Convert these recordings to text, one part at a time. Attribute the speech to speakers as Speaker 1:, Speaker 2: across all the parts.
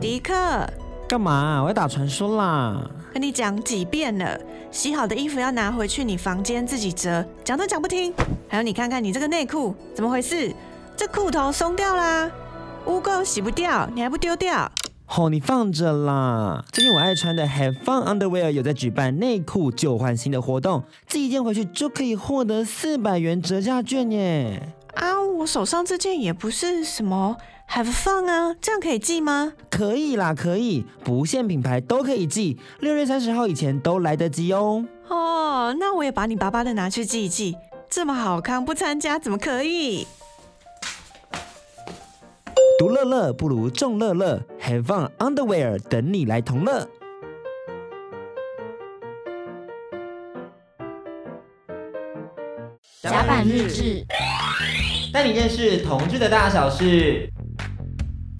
Speaker 1: 迪克，
Speaker 2: 干嘛？我要打传说啦！
Speaker 1: 跟你讲几遍了，洗好的衣服要拿回去你房间自己折，讲都讲不听。还有你看看你这个内裤，怎么回事？这裤头松掉啦，污垢洗不掉，你还不丢掉？
Speaker 2: 吼、哦你放着啦！最近我爱穿的 Have Fun Underwear 有在举办内裤旧换新的活动，寄一件回去就可以获得四百元折价券耶！
Speaker 1: 啊，我手上这件也不是什么 have fun 啊，这样可以寄吗？
Speaker 2: 可以啦，可以，不限品牌都可以寄，六月三十号以前都来得及哦。
Speaker 1: 哦，那我也把你爸爸的拿去寄一寄。这么好康不参加怎么可以？
Speaker 2: 独乐乐不如众乐乐，Have Fun Underwear 等你来同乐。
Speaker 3: 甲板日志。
Speaker 2: 带你认识同志的大小事。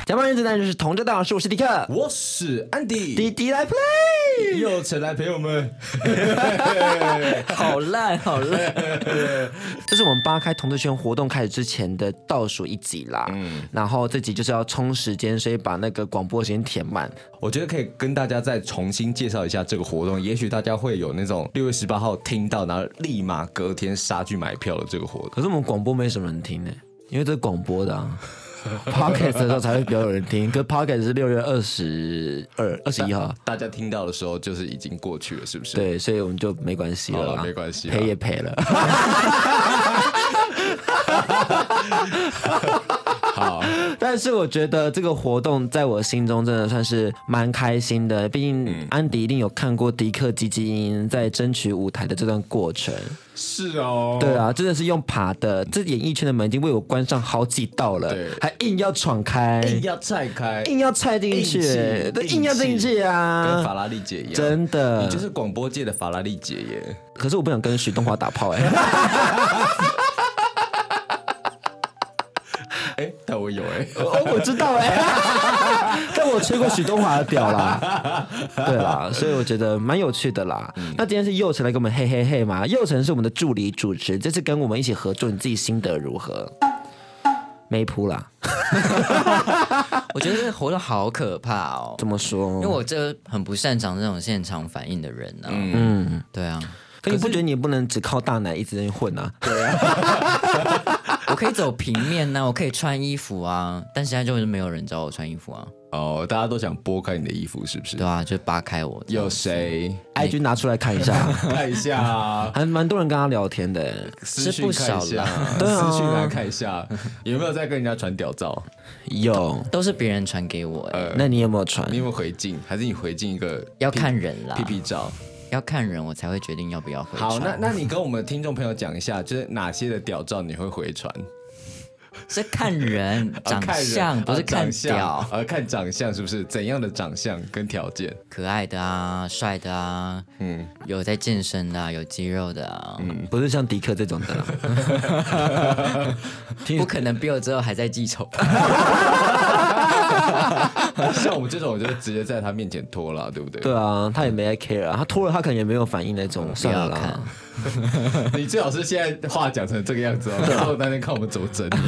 Speaker 2: 甲板日志当然就是同志大小事，我是迪克，
Speaker 4: 我是安迪，
Speaker 2: 迪迪来 play。
Speaker 4: 又前来陪我们。
Speaker 2: 好烂，好烂！这是我们扒开同志圈活动开始之前的倒数一集啦。嗯，然后这集就是要冲时间，所以把那个广播时间填满。
Speaker 4: 我觉得可以跟大家再重新介绍一下这个活动，也许大家会有那种六月十八号听到，然后立马隔天杀去买票的这个活动。
Speaker 2: 可是我们广播没什么人听呢、因为这是广播的、啊。Podcast 的时候才会比较有人听，可 Podcast 是六月二十二、二十一号，
Speaker 4: 大家听到的时候就是已经过去了，是不是？，
Speaker 2: 对，所以我们就没关系了
Speaker 4: 好
Speaker 2: 啦，
Speaker 4: 了没关系啦
Speaker 2: 赔也赔了。
Speaker 4: 好，
Speaker 2: 但是我觉得这个活动在我心中真的算是蛮开心的，毕
Speaker 4: 嗯
Speaker 2: 竟安迪一定有看过迪克基金在争取舞台的这段过程。
Speaker 4: 是哦，
Speaker 2: 对啊，真的是用爬的，这演艺圈的门已经为我关上好几道了
Speaker 4: 对，
Speaker 2: 还硬要闯开，
Speaker 4: 硬要踹开，
Speaker 2: 硬要踹进去
Speaker 4: 硬气，
Speaker 2: 对，
Speaker 4: 硬气
Speaker 2: 硬要进去
Speaker 4: 跟法
Speaker 2: 啊！
Speaker 4: 拉利姐一样，
Speaker 2: 真的
Speaker 4: 你就是广播界的法拉利姐耶。
Speaker 2: 可是我不想跟许东华打炮哎，
Speaker 4: 哎，但我有 哎，
Speaker 2: 哦，我知道哎， 但我吹过许东华的屌啦，对啦，所以我觉得蛮有趣的啦。那今天是佑成来跟我们嘿嘿嘿嘛，佑成是我们的助理主持，这次跟我们一起合作，你自己心得如何？没谱啦，
Speaker 5: 我觉得这个活动好可怕哦，
Speaker 2: 怎么
Speaker 5: 因
Speaker 2: 说
Speaker 5: 为？我这很不擅长这种现场反应的人呢、嗯，对啊，
Speaker 2: 可你不觉得你也不能只靠大奶一直在那边混啊？
Speaker 5: 我可以走平面啊呢、我可以穿衣服啊，但现在就是没有人找我穿衣服啊，
Speaker 4: 哦，大家都想拨开你的衣服，是不是
Speaker 5: 对？啊，就扒开我。
Speaker 4: 有谁
Speaker 2: IG 拿出来看一下，
Speaker 4: 看一下啊？
Speaker 2: 还蛮多人跟他聊天的欸，
Speaker 4: 私
Speaker 5: 是
Speaker 4: 讯
Speaker 5: 不
Speaker 4: 看一
Speaker 5: 少
Speaker 4: 下，
Speaker 5: 啦啊
Speaker 4: 私讯来看一下，有没有在跟人家传屌照？
Speaker 2: 有。
Speaker 5: 都是别人传给我、欸，
Speaker 4: 呃
Speaker 2: 那你有没有传
Speaker 4: 你？有没有回敬？还是你回敬一个
Speaker 5: 要看人啊啦
Speaker 4: 屁屁照？
Speaker 5: 要看人我才会决定要不要回传。
Speaker 4: 好，那那你跟我们听众朋友讲一下，就是哪些的屌照你会回传？
Speaker 5: 是看 人
Speaker 4: 呃
Speaker 5: 长
Speaker 4: 看人
Speaker 5: 相，不
Speaker 4: 呃
Speaker 5: 是看
Speaker 4: 长相
Speaker 5: 屌，
Speaker 4: 呃，看长相是不是怎样的长相跟条件？
Speaker 5: 可爱的啊，帅的啊，嗯，有在健身的、啊，有肌肉的啊，
Speaker 4: 嗯
Speaker 2: 不是像迪克这种的啦。
Speaker 5: 不可能比我之后还在记仇吧。
Speaker 4: 像我们这种，就直接在他面前脱了，对不对？
Speaker 2: 对啊，他也没在 care 啊，他脱了他可能也没有反应那种，算了
Speaker 5: 不要
Speaker 2: 啦
Speaker 5: 看。
Speaker 4: 你最好是现在话讲成这个样子哦， 然后那天看我们怎么整理。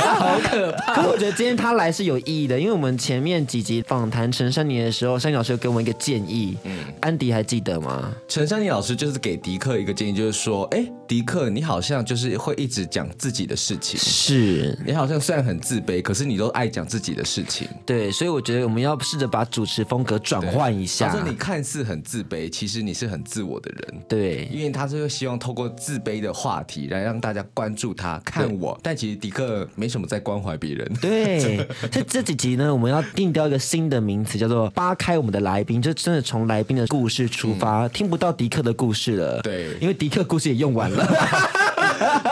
Speaker 2: 可是我觉得今天他来是有意义的，因为我们前面几集访谈陈珊妮的时候，珊妮老师有给我们一个建议，安迪还记得吗？
Speaker 4: 陈珊妮老师就是给迪克一个建议，就是说，哎，迪克，你好像就是会一直讲自己的事情，
Speaker 2: 是。
Speaker 4: 你好像虽然很自卑，可是你都爱讲自己的事情。
Speaker 2: 对，所以我觉得我们要试着把主持风格转换一
Speaker 4: 他
Speaker 2: 下
Speaker 4: 说。你看似很自卑，其实你是很自我的人。
Speaker 2: 对，
Speaker 4: 因为他是希望透过自卑的话题来让大家关注他、看我，但其实迪克没什么在关怀别人。
Speaker 2: 对，这这几集呢，我们要定掉一个新的名词，叫做“扒开我们的来宾”，就真的从来宾的故事出发，听不到迪克的故事了。
Speaker 4: 对
Speaker 2: 因为迪克故事也用完了。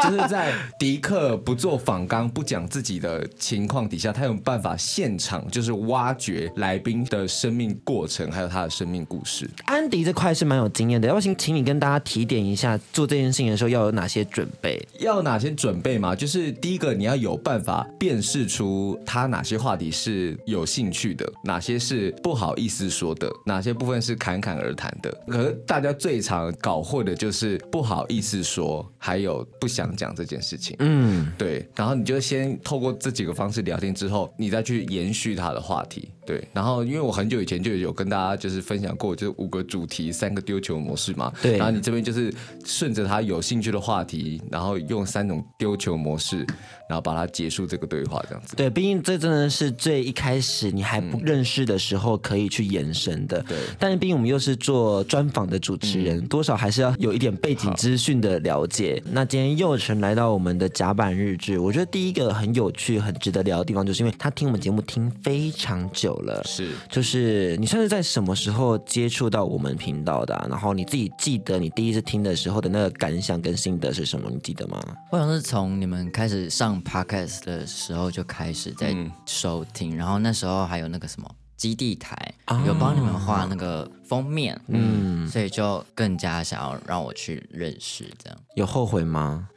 Speaker 4: 就是在 迪克不做访纲、不讲自己的情况底下，他有办法现场就是挖掘来宾的生命过程，还有他的生命故事。
Speaker 2: 安迪这块是蛮有经验的，要不请请你跟大家提点一下，做这件事情的时候要有哪些准备？
Speaker 4: 要哪些准备嘛？就是第一个，你要有办法辨识出他哪些话题是有兴趣的，哪些是不好意思说的，哪些部分是侃侃而谈的。可是大家最常搞混的就是不好意思说，还有不想讲这件事情。
Speaker 2: 嗯，
Speaker 4: 对，然后你就先透过这几个方式聊天之后，你再去延续他的话题。对，然后因为我很久以前就有跟大家就是分享过，就是五个主题、三个丢球模式嘛。
Speaker 2: 对
Speaker 4: 然后你这边就是顺着他有兴趣的话题，然后用三种丢球模式，然后把它结束这个对话，这样子。
Speaker 2: 对，毕竟这真的是最一开始你还不认识的时候可以去延伸的。
Speaker 4: 对
Speaker 2: 但是毕竟我们又是做专访的主持人，多少还是要有一点背景资讯的了解。那今天佑成来到我们的甲板日志，我觉得第一个很有趣、很值得聊的地方，就是因为他听我们节目听非常久了。
Speaker 4: 是
Speaker 2: 就是你算是在什么时候接触到我们频道的啊、然后你自己记得你第一次听的时候的那个感想跟心得是什么？你记得吗？
Speaker 5: 我想是从你们开始上 podcast 的时候就开始在
Speaker 4: 嗯
Speaker 5: 收听，然后那时候还有那个什么基地台，
Speaker 4: 啊
Speaker 5: 有帮你们画那个封面，嗯，所以就更加想要让我去认识这样。
Speaker 2: 有后悔吗？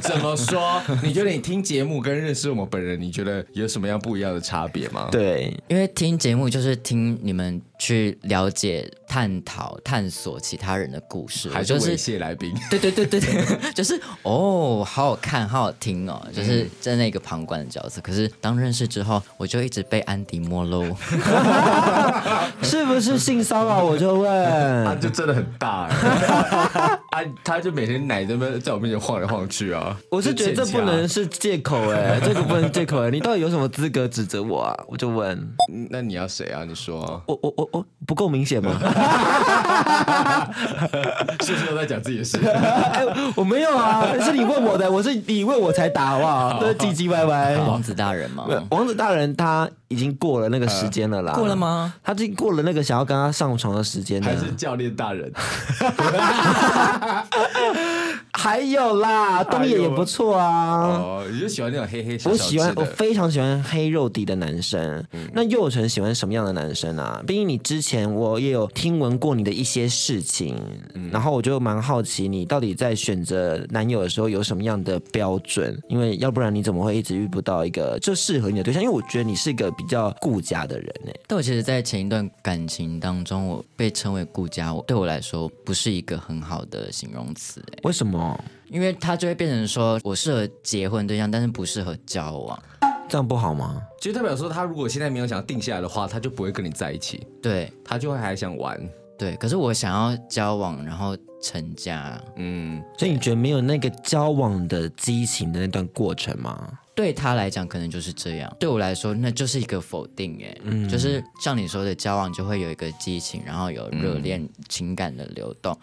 Speaker 4: 怎么说？你觉得你听节目跟认识我们本人，你觉得有什么样不一样的差别吗？
Speaker 2: 对，
Speaker 5: 因为听节目就是听你们去了解、探讨、探索其他人的故事，
Speaker 4: 还
Speaker 5: 我
Speaker 4: 是
Speaker 5: 就
Speaker 4: 猥
Speaker 5: 是
Speaker 4: 亵 来宾？
Speaker 5: 对对对对对，就是哦，好好看，好好听哦，
Speaker 4: 嗯
Speaker 5: 就是真的一个旁观的角色。可是当认识之后，我就一直被安迪 摸喽。
Speaker 2: 是不是性骚扰？我就
Speaker 4: 他
Speaker 2: 问。
Speaker 4: 就真的很大、欸，啊，他就每天奶在那边在我面前晃来晃去啊。
Speaker 2: 我是觉得这不能是借口 哎、这个不能借口哎、你到底有什么资格指责我啊？我就问，
Speaker 4: 嗯那你要谁啊？你说啊、
Speaker 2: 我我我我不够明显吗？
Speaker 4: 是不是又在讲自己的事？
Speaker 2: 哎，我没有啊，是你问我的，我是你问我才答好不好？都是唧唧歪歪。
Speaker 5: 王子大人嘛，
Speaker 2: 王子大人他已经过了那个时间了啦，
Speaker 5: 过了？吗？
Speaker 2: 他已经过了那个想要跟他上床的时间了
Speaker 4: 还。是教练 大人？
Speaker 2: 还有啦，东野也不错啊。
Speaker 4: 哦，你就喜欢那种黑黑小
Speaker 2: 我
Speaker 4: 小只
Speaker 2: 喜欢，我
Speaker 4: 的。嗯
Speaker 2: 非常喜欢黑肉底的男生。那佑成喜欢什么样的男生啊？毕竟你之前我也有听闻过你的一些事情，
Speaker 4: 嗯
Speaker 2: 然后我就蛮好奇你到底在选择男友的时候有什么样的标准？因为要不然你怎么会一直遇不到一个就适合你的对象？因为我觉得你是一个比较顾家的人欸呢、
Speaker 5: 但我其实，在前一段感情当中，我被称为顾家，我对我来说不是一个很好的形容词、欸，
Speaker 2: 为什么
Speaker 5: 因为它就会变成说我适合结婚对象，但是不适合交往。
Speaker 2: 这样不好吗？
Speaker 4: 就代表说，他如果现在没有想要定下来的话，他就不会跟你在一起，
Speaker 5: 对
Speaker 4: 他就会还想玩。
Speaker 5: 对，可是我想要交往，然后成家，
Speaker 4: 嗯，
Speaker 2: 所以你觉得没有那个交往的激情的那段过程吗？
Speaker 5: 对他来讲可能就是这样，对我来说那就是一个否定哎、就是像你说的交往就会有一个激情，然后有热恋情感的流动，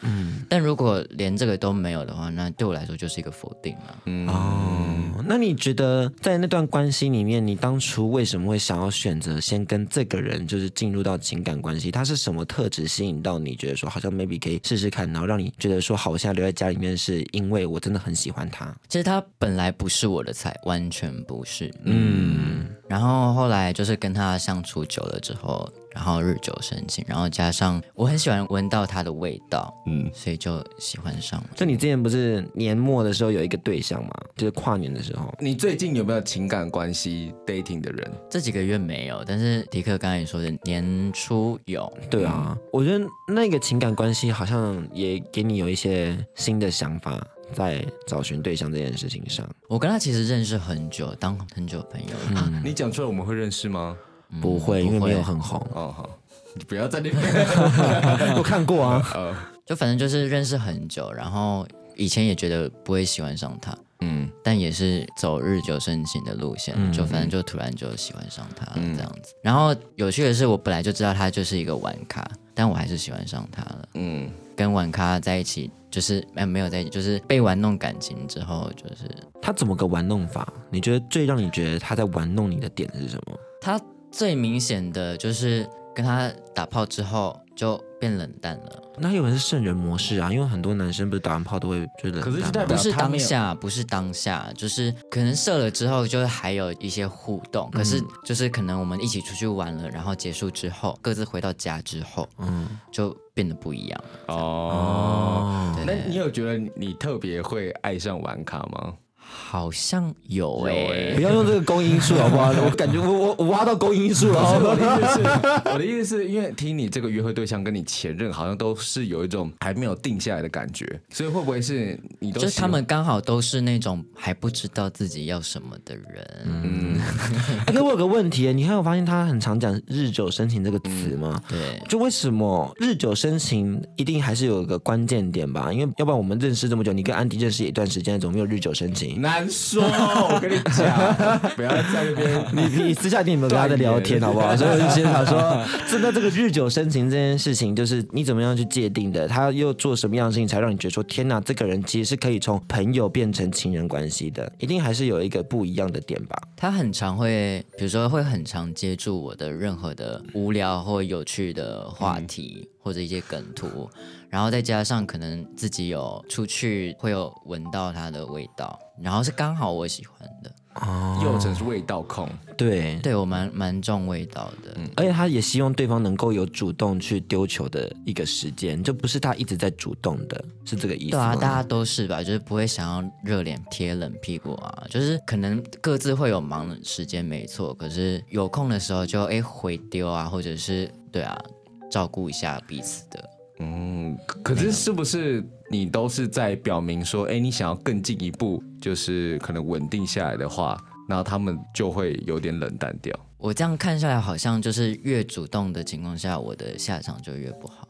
Speaker 5: 但如果连这个都没有的话，那对我来说就是一个否定啊。
Speaker 2: 哦，那你觉得在那段关系里面，你当初为什么会想要选择先跟这个人就是进入到情感关系？他是什么特质吸引到你，觉得说好像 maybe 可以试试看，然后让你觉得说好，我现在留在家里面是因为我真的很喜欢他。
Speaker 5: 其实他本来不是我的菜，完全不是。嗯，然后后来就是跟他相处久了之后，然后日久生情，然后加上我很喜欢闻到他的味道，嗯，所以就喜欢上了。
Speaker 2: 就你之前不是年末的时候有一个对象嘛，就是跨年的时候。
Speaker 5: 嗯
Speaker 4: 你最近有没有情感关系 dating 的人？
Speaker 5: 这几个月没有，但是迪克刚才也说的年初有，
Speaker 2: 对啊，我觉得那个情感关系好像也给你有一些新的想法，在找寻对象这件事情上。
Speaker 5: 我跟他其实认识很久，当很久的朋友。
Speaker 2: 嗯
Speaker 4: 你讲出来我们会认识吗？。
Speaker 2: 不会，因为
Speaker 5: 嗯不会
Speaker 2: 没有很红
Speaker 4: 哦，好，你不要在那边。 哦
Speaker 2: 我看过 啊，
Speaker 5: 就反正就是认识很久，然后以前也觉得不会喜欢上他，
Speaker 4: 嗯，
Speaker 5: 但也是走日久生情的路线，就反正就突然就喜欢上他了这样子。然后有趣的是，我本来就知道他就是一个玩咖，但我还是喜欢上他了。
Speaker 4: 嗯，
Speaker 5: 跟玩咖在一起，就是哎没有在一起，就是被玩弄感情之后，就是
Speaker 2: 他怎么个玩弄法？你觉得最让你觉得他在玩弄你的点是什么？
Speaker 5: 他最明显的就是跟他打炮之后，就变冷淡了。
Speaker 2: 那有人是圣人模式啊，因为很多男生不是打完炮都会觉得，
Speaker 4: 可是就代表
Speaker 5: 不是
Speaker 4: 他没
Speaker 5: 当
Speaker 4: 有
Speaker 5: 下，不是当下，就是可能射了之后，就是还有一些互
Speaker 4: 嗯
Speaker 5: 动。可是就是可能我们一起出去玩了，然后结束之后，各自回到家之后，嗯，就变得不一样了。
Speaker 4: 哦。
Speaker 5: 对
Speaker 4: 那你有觉得你特别会爱上玩咖吗？
Speaker 5: 好像有诶、
Speaker 4: 欸
Speaker 2: 不要用这个公因数好不 好？我感觉我我我挖到公因数
Speaker 4: 不是
Speaker 2: 了。
Speaker 4: 我的意思是，我的意思是因为听你这个约会对象跟你前任好像都是有一种还没有定下来的感觉，所以会不会是你都
Speaker 5: 就是
Speaker 4: 喜
Speaker 5: 他
Speaker 4: 欢
Speaker 5: 们刚好都是那种还不知道自己要什么的人，
Speaker 2: 哎，可我有个问题，你还有发现他很常讲“日久生情”这个词
Speaker 4: 嗯
Speaker 2: 吗？
Speaker 5: 对，
Speaker 2: 就为什么日久生情一定还是有一个关键点吧？因为要不然我们认识这么久，你跟安迪认识一段时间，怎么没有日久生情？
Speaker 4: 难说？我跟你讲，不要在那 边。
Speaker 2: 你你私下一定有没有跟他在聊 天，好不好？所以我就先想说，真的这个日久生情这件事情，就是你怎么样去界定的？他又做什么样的事情才让你觉得说，天哪，这个人其实是可以从朋友变成情人关系的？一定还是有一个不一样的点吧？
Speaker 5: 他很常会，比如说会很常接住我的任何的无聊或有趣的话题、或者一些梗图，然后再加上可能自己有出去会有闻到它的味道，然后是刚好我喜欢的，
Speaker 4: 幼成是味道控，
Speaker 2: 对，
Speaker 5: 对我蛮蛮重味道的，
Speaker 2: 而且他也希望对方能够有主动去丢球的一个时间，就不是他一直在主动的，是这个意思
Speaker 5: 对啊，
Speaker 2: 吗？
Speaker 5: 大家都是吧，就是不会想要热脸贴冷屁股啊，就是可能各自会有忙的时间，没错，可是有空的时候就哎回丢啊，或者是对啊，照顾一下彼此的。
Speaker 4: 嗯，可可是是不是你都是在表明说，哎、你想要更进一步，就是可能稳定下来的话，然后他们就会有点冷淡掉。
Speaker 5: 我这样看下来，好像就是越主动的情况下，我的下场就越不好，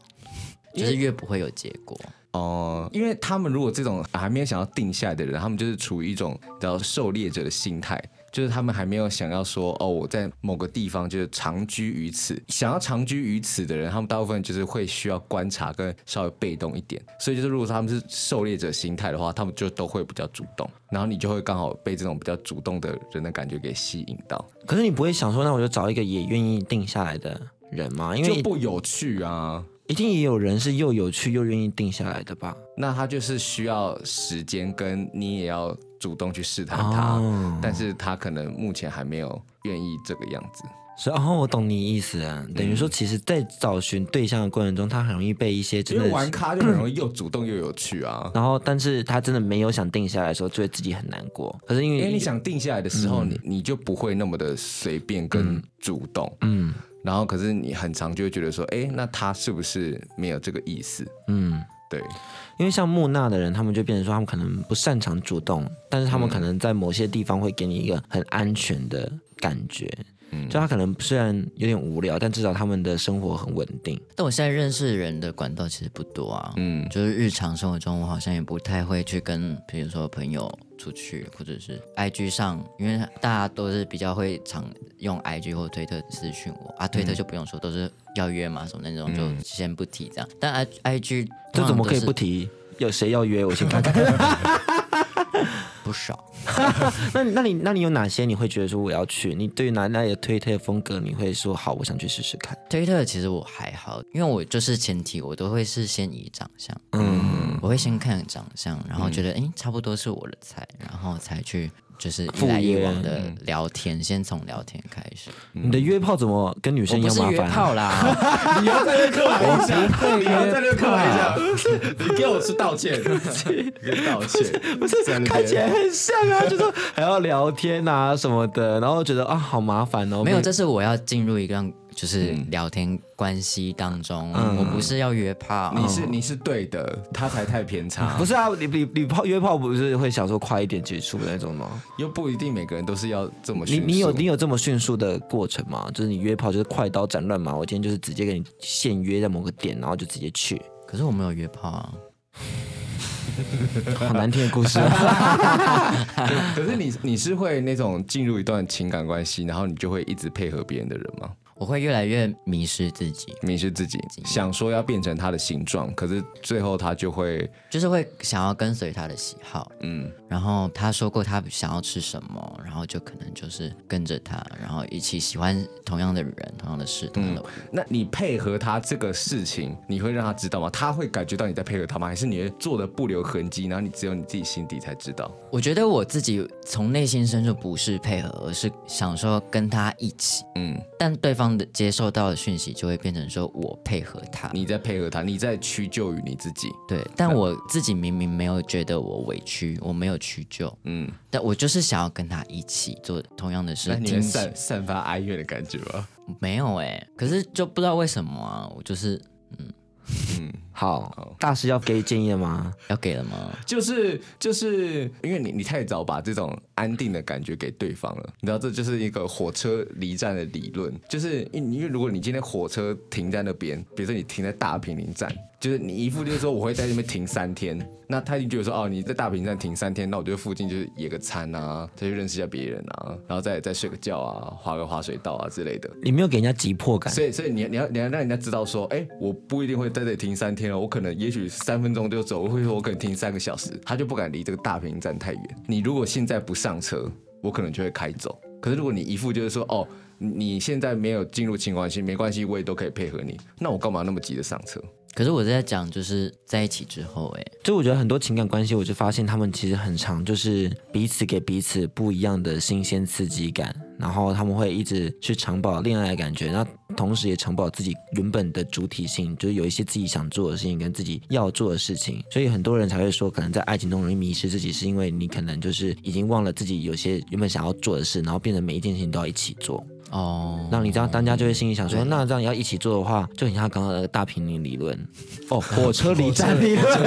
Speaker 5: 就是越不会有结果。
Speaker 4: 哦、因为他们如果这种还没有想要定下来的人，他们就是处于一种比较狩猎者的心态，就是他们还没有想要说哦，我在某个地方就是长居于此。想要长居于此的人，他们大部分就是会需要观察跟稍微被动一点。所以就是如果他们是狩猎者心态的话，他们就都会比较主动，然后你就会刚好被这种比较主动的人的感觉给吸引到，
Speaker 2: 可是你不会想说，那我就找一个也愿意定下来的人吗？因
Speaker 4: 就
Speaker 2: 为
Speaker 4: 不有趣啊。
Speaker 2: 一定也有人是又有趣又愿意定下来的吧？
Speaker 4: 那他就是需要时间，跟你也要主动去试探他，
Speaker 2: 哦
Speaker 4: 但是他可能目前还没有愿意这个样子。
Speaker 2: 所以，哦，我懂你意思啊，等于说，
Speaker 4: 嗯
Speaker 2: 其实，在找寻对象的过程中，他很容易被一些真
Speaker 4: 因
Speaker 2: 的
Speaker 4: 为玩
Speaker 2: 是，
Speaker 4: 咖就很容易又主动又有趣啊。
Speaker 2: 然后，但是他真的没有想定下来的时候，就会自己很难过。可是因为
Speaker 4: 因为你想定下来的
Speaker 2: 嗯
Speaker 4: 时候，你你就不会那么的随便跟主动，
Speaker 2: 嗯
Speaker 4: 然后可是你很常就会觉得说，哎，那他是不是没有这个意思？
Speaker 2: 嗯，
Speaker 4: 对，
Speaker 2: 因为像木讷的人，他们就变成说，他们可能不擅长主动，但是他们
Speaker 4: 嗯
Speaker 2: 可能在某些地方会给你一个很安全的感觉。
Speaker 4: 嗯
Speaker 2: 就他可能虽然有点无聊，但至少他们的生活很稳定。
Speaker 5: 但我现在认识的人的管道其实不多啊，
Speaker 4: 嗯，
Speaker 5: 就是日常生活中，我好像也不太会去跟，比如说朋友出去，或者是 IG 上，因为大家都是比较会常用 IG 或推特私讯我
Speaker 2: 嗯
Speaker 5: 啊，推特就不用说，都是要约嘛什么那种，就先不提这样。但 I IG
Speaker 2: 这怎么可以
Speaker 5: 通常都是
Speaker 2: 不提？有谁要约我先看看？
Speaker 5: 不少？
Speaker 2: 那你那你那你有哪些你会觉得说我要去？你对于哪哪里的推特风格你会说好，我想去试试看？
Speaker 5: 推特其实我还好，因为我就是前提，我都会是先以长相，嗯，我会先看长相，然后觉得诶差不多是我的菜，然后才去就是一来一往的聊天，先从聊天开始。
Speaker 4: 嗯
Speaker 2: 你的约炮怎么跟女
Speaker 5: 我
Speaker 2: 生一
Speaker 5: 不
Speaker 2: 样
Speaker 5: 是
Speaker 2: 麻
Speaker 5: 约
Speaker 2: 烦、 啊？
Speaker 5: 炮啦，
Speaker 4: 你要在这刻板印象，你
Speaker 5: 要在
Speaker 4: 这刻板印象，
Speaker 2: 啊
Speaker 4: 你给我是 道歉，你道歉，不是
Speaker 2: 看起来很像啊，就说还要聊天啊什么的，然后觉得啊好麻烦哦。
Speaker 5: 没有，
Speaker 2: 被
Speaker 5: 这是我要进入一个就是聊天关系当中，我不是要约炮，啊
Speaker 4: 你是你是对的，他才太偏差
Speaker 2: 啊 不，是啊，你你你泡约炮不是会想说快一点结束的那种吗？
Speaker 4: 又不一定每个人都是要这么
Speaker 2: 你
Speaker 4: 迅速。
Speaker 2: 你有 你有这么迅速的过程吗？就是你约炮就是快刀斩乱麻，我今天就是直接跟你现约在某个点，然后就直接去，
Speaker 5: 可是我没有约炮啊，
Speaker 2: 好难听的故事、 啊。
Speaker 4: 可是你你是会那种进入一段情感关系，然后你就会一直配合别人的人吗？
Speaker 5: 我会越来越迷失自己，
Speaker 4: 迷失自己，想说要变成他的形状，可是最后他就会，
Speaker 5: 就是会想要跟随他的喜好。
Speaker 4: 嗯，
Speaker 5: 然后他说过他想要吃什么，然后就可能就是跟着他，然后一起喜欢同样的人、同样的事、同样的物。
Speaker 4: 那你配合他这个事情，你会让他知道吗？他会感觉到你在配合他吗？还是你会做的不留痕迹，然后你只有你自己心底才知道？
Speaker 5: 我觉得我自己从内心深处不是配合，而是想说跟他一起，
Speaker 4: 嗯，
Speaker 5: 但对方的接受到的讯息就会变成说我配合他。
Speaker 4: 你在配合他，你在屈就于你自己。
Speaker 5: 对，但我自己明明没有觉得我委屈，我没有屈就，
Speaker 4: 嗯，
Speaker 5: 但我就是想要跟他一起做同样的事
Speaker 4: 那，你
Speaker 5: 听
Speaker 4: 会
Speaker 5: 起
Speaker 4: 散散发哀怨的感觉吗？
Speaker 5: 没有哎、可是就不知道为什么啊，我就是
Speaker 2: 好，大师要给建议吗？
Speaker 5: 要给了吗？
Speaker 4: 就是就是因为你你太早把这种安定的感觉给对方了，你知道这就是一个火车离站的理论，就是因因为如果你今天火车停在那边，比如说你停在大平林站，就是你一副就是说我会在那边停三天，那他就觉得说哦你在大平站停三天，那我就附近就是野个餐啊，再去认识一下别人啊，然后再再睡个觉啊，滑个滑水道啊之类的。
Speaker 2: 你没有给人家急迫感，
Speaker 4: 所以，所以你你要你要让人家知道说，哎、我不一定会在这里停三天哦，我可能也许三分钟就走，我会说我可能停三个小时，他就不敢离这个大平站太远。你如果现在不上车，我可能就会开走。可是如果你一副就是说，哦，你你现在没有进入情关系，没关系，我也都可以配合你，那我干嘛那么急着上 车？
Speaker 5: 可是我在讲就是在一起之后哎、
Speaker 2: 就我觉得很多情感关系，我就发现他们其实很常就是彼此给彼此不一样的新鲜刺激感，然后他们会一直去长保恋爱的感觉，那同时也长保自己原本的主体性，就是有一些自己想做的事情跟自己要做的事情，所以很多人才会说，可能在爱情中容易迷失自己，是因为你可能就是已经忘了自己有些原本想要做的事，然后变成每一件事情都要一起做，
Speaker 5: 哦，
Speaker 2: 那你这样大家就会心里想说，那这样要一起做的话，就很像刚刚的大平林理论，哦，火车离站理论。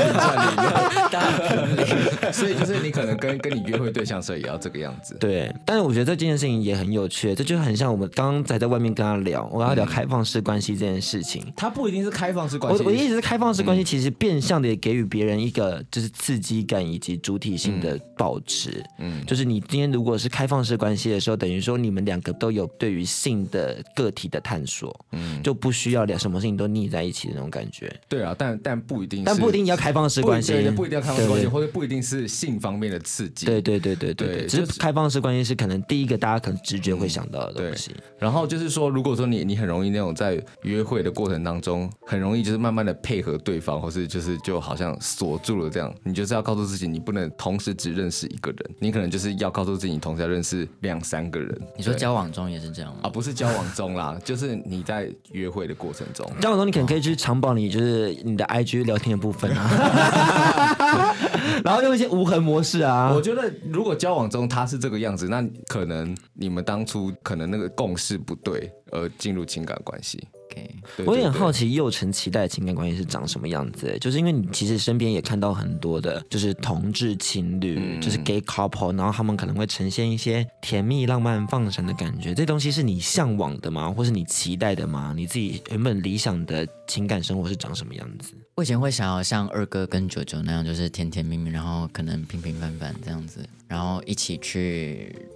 Speaker 4: 所以就是你可能跟跟你约会对象的时候也要这个样子。
Speaker 2: 对，但是我觉得这件事情也很有趣，这就很像我们刚刚才在外面跟他聊，我跟他聊开放式关系这件事情。
Speaker 4: 他不一定是开放嗯式关
Speaker 2: 我
Speaker 4: 系，嗯
Speaker 2: 我的意思是，开放式关系其实变相的也给予别人一个就是刺激感以及主体性的保持。嗯，就是你今天如果是开放式关系的时候，等于说你们两个都有对于性的个体的探索，嗯，就不需要两什么事情都腻在一起的那种感觉。
Speaker 4: 对啊，但但不一定是，
Speaker 2: 但不一定要开放式关系
Speaker 4: 不一定不一定要开放式关
Speaker 2: 对
Speaker 4: 系，
Speaker 2: 对
Speaker 4: 或者不一定是性方面的刺激。
Speaker 2: 对对对对对，
Speaker 4: 对
Speaker 2: 对只
Speaker 4: 就是
Speaker 2: 是开放式关系是可能第一个大家可能直觉会想到的
Speaker 4: 对
Speaker 2: 东西。
Speaker 4: 然后就是说，如果说你你很容易那种在约会的过程当中，很容易就是慢慢的配合对方，或是就是就好像锁住了这样，你就是要告诉自己，你不能同时只认识一个人，你可能就是要告诉自己，你同时要认识两三个人。
Speaker 5: 你说
Speaker 4: 对
Speaker 5: 交往中也是这样吗？
Speaker 4: 啊，不是交往中啦，就是你在约会的过程中。
Speaker 2: 交往中，你可能可以去长保你就是你的 IG 聊天的部分啊， 然后用一些无痕模式啊
Speaker 4: 我。觉得如果交往中他是这个样子，那可能你们当初可能那个共识不对，而进入情感关系。
Speaker 5: OK，
Speaker 4: 对
Speaker 2: 我也
Speaker 4: 对
Speaker 2: 很
Speaker 4: 对
Speaker 2: 好奇幼辰期待的情感关系是长什么样子、欸就是因为你其实身边也看到很多的，就是同志情侣，就是 gay couple，然后他们可能会呈现一些甜蜜、浪漫、放闪的感觉。这东西是你向往的吗？或是你期待的吗？你自己原本理想的情感生活是长什么样子？
Speaker 5: 我以前会想要像二哥跟九九那样，就是甜甜蜜蜜，然后可能平平凡凡这样子，然后一起去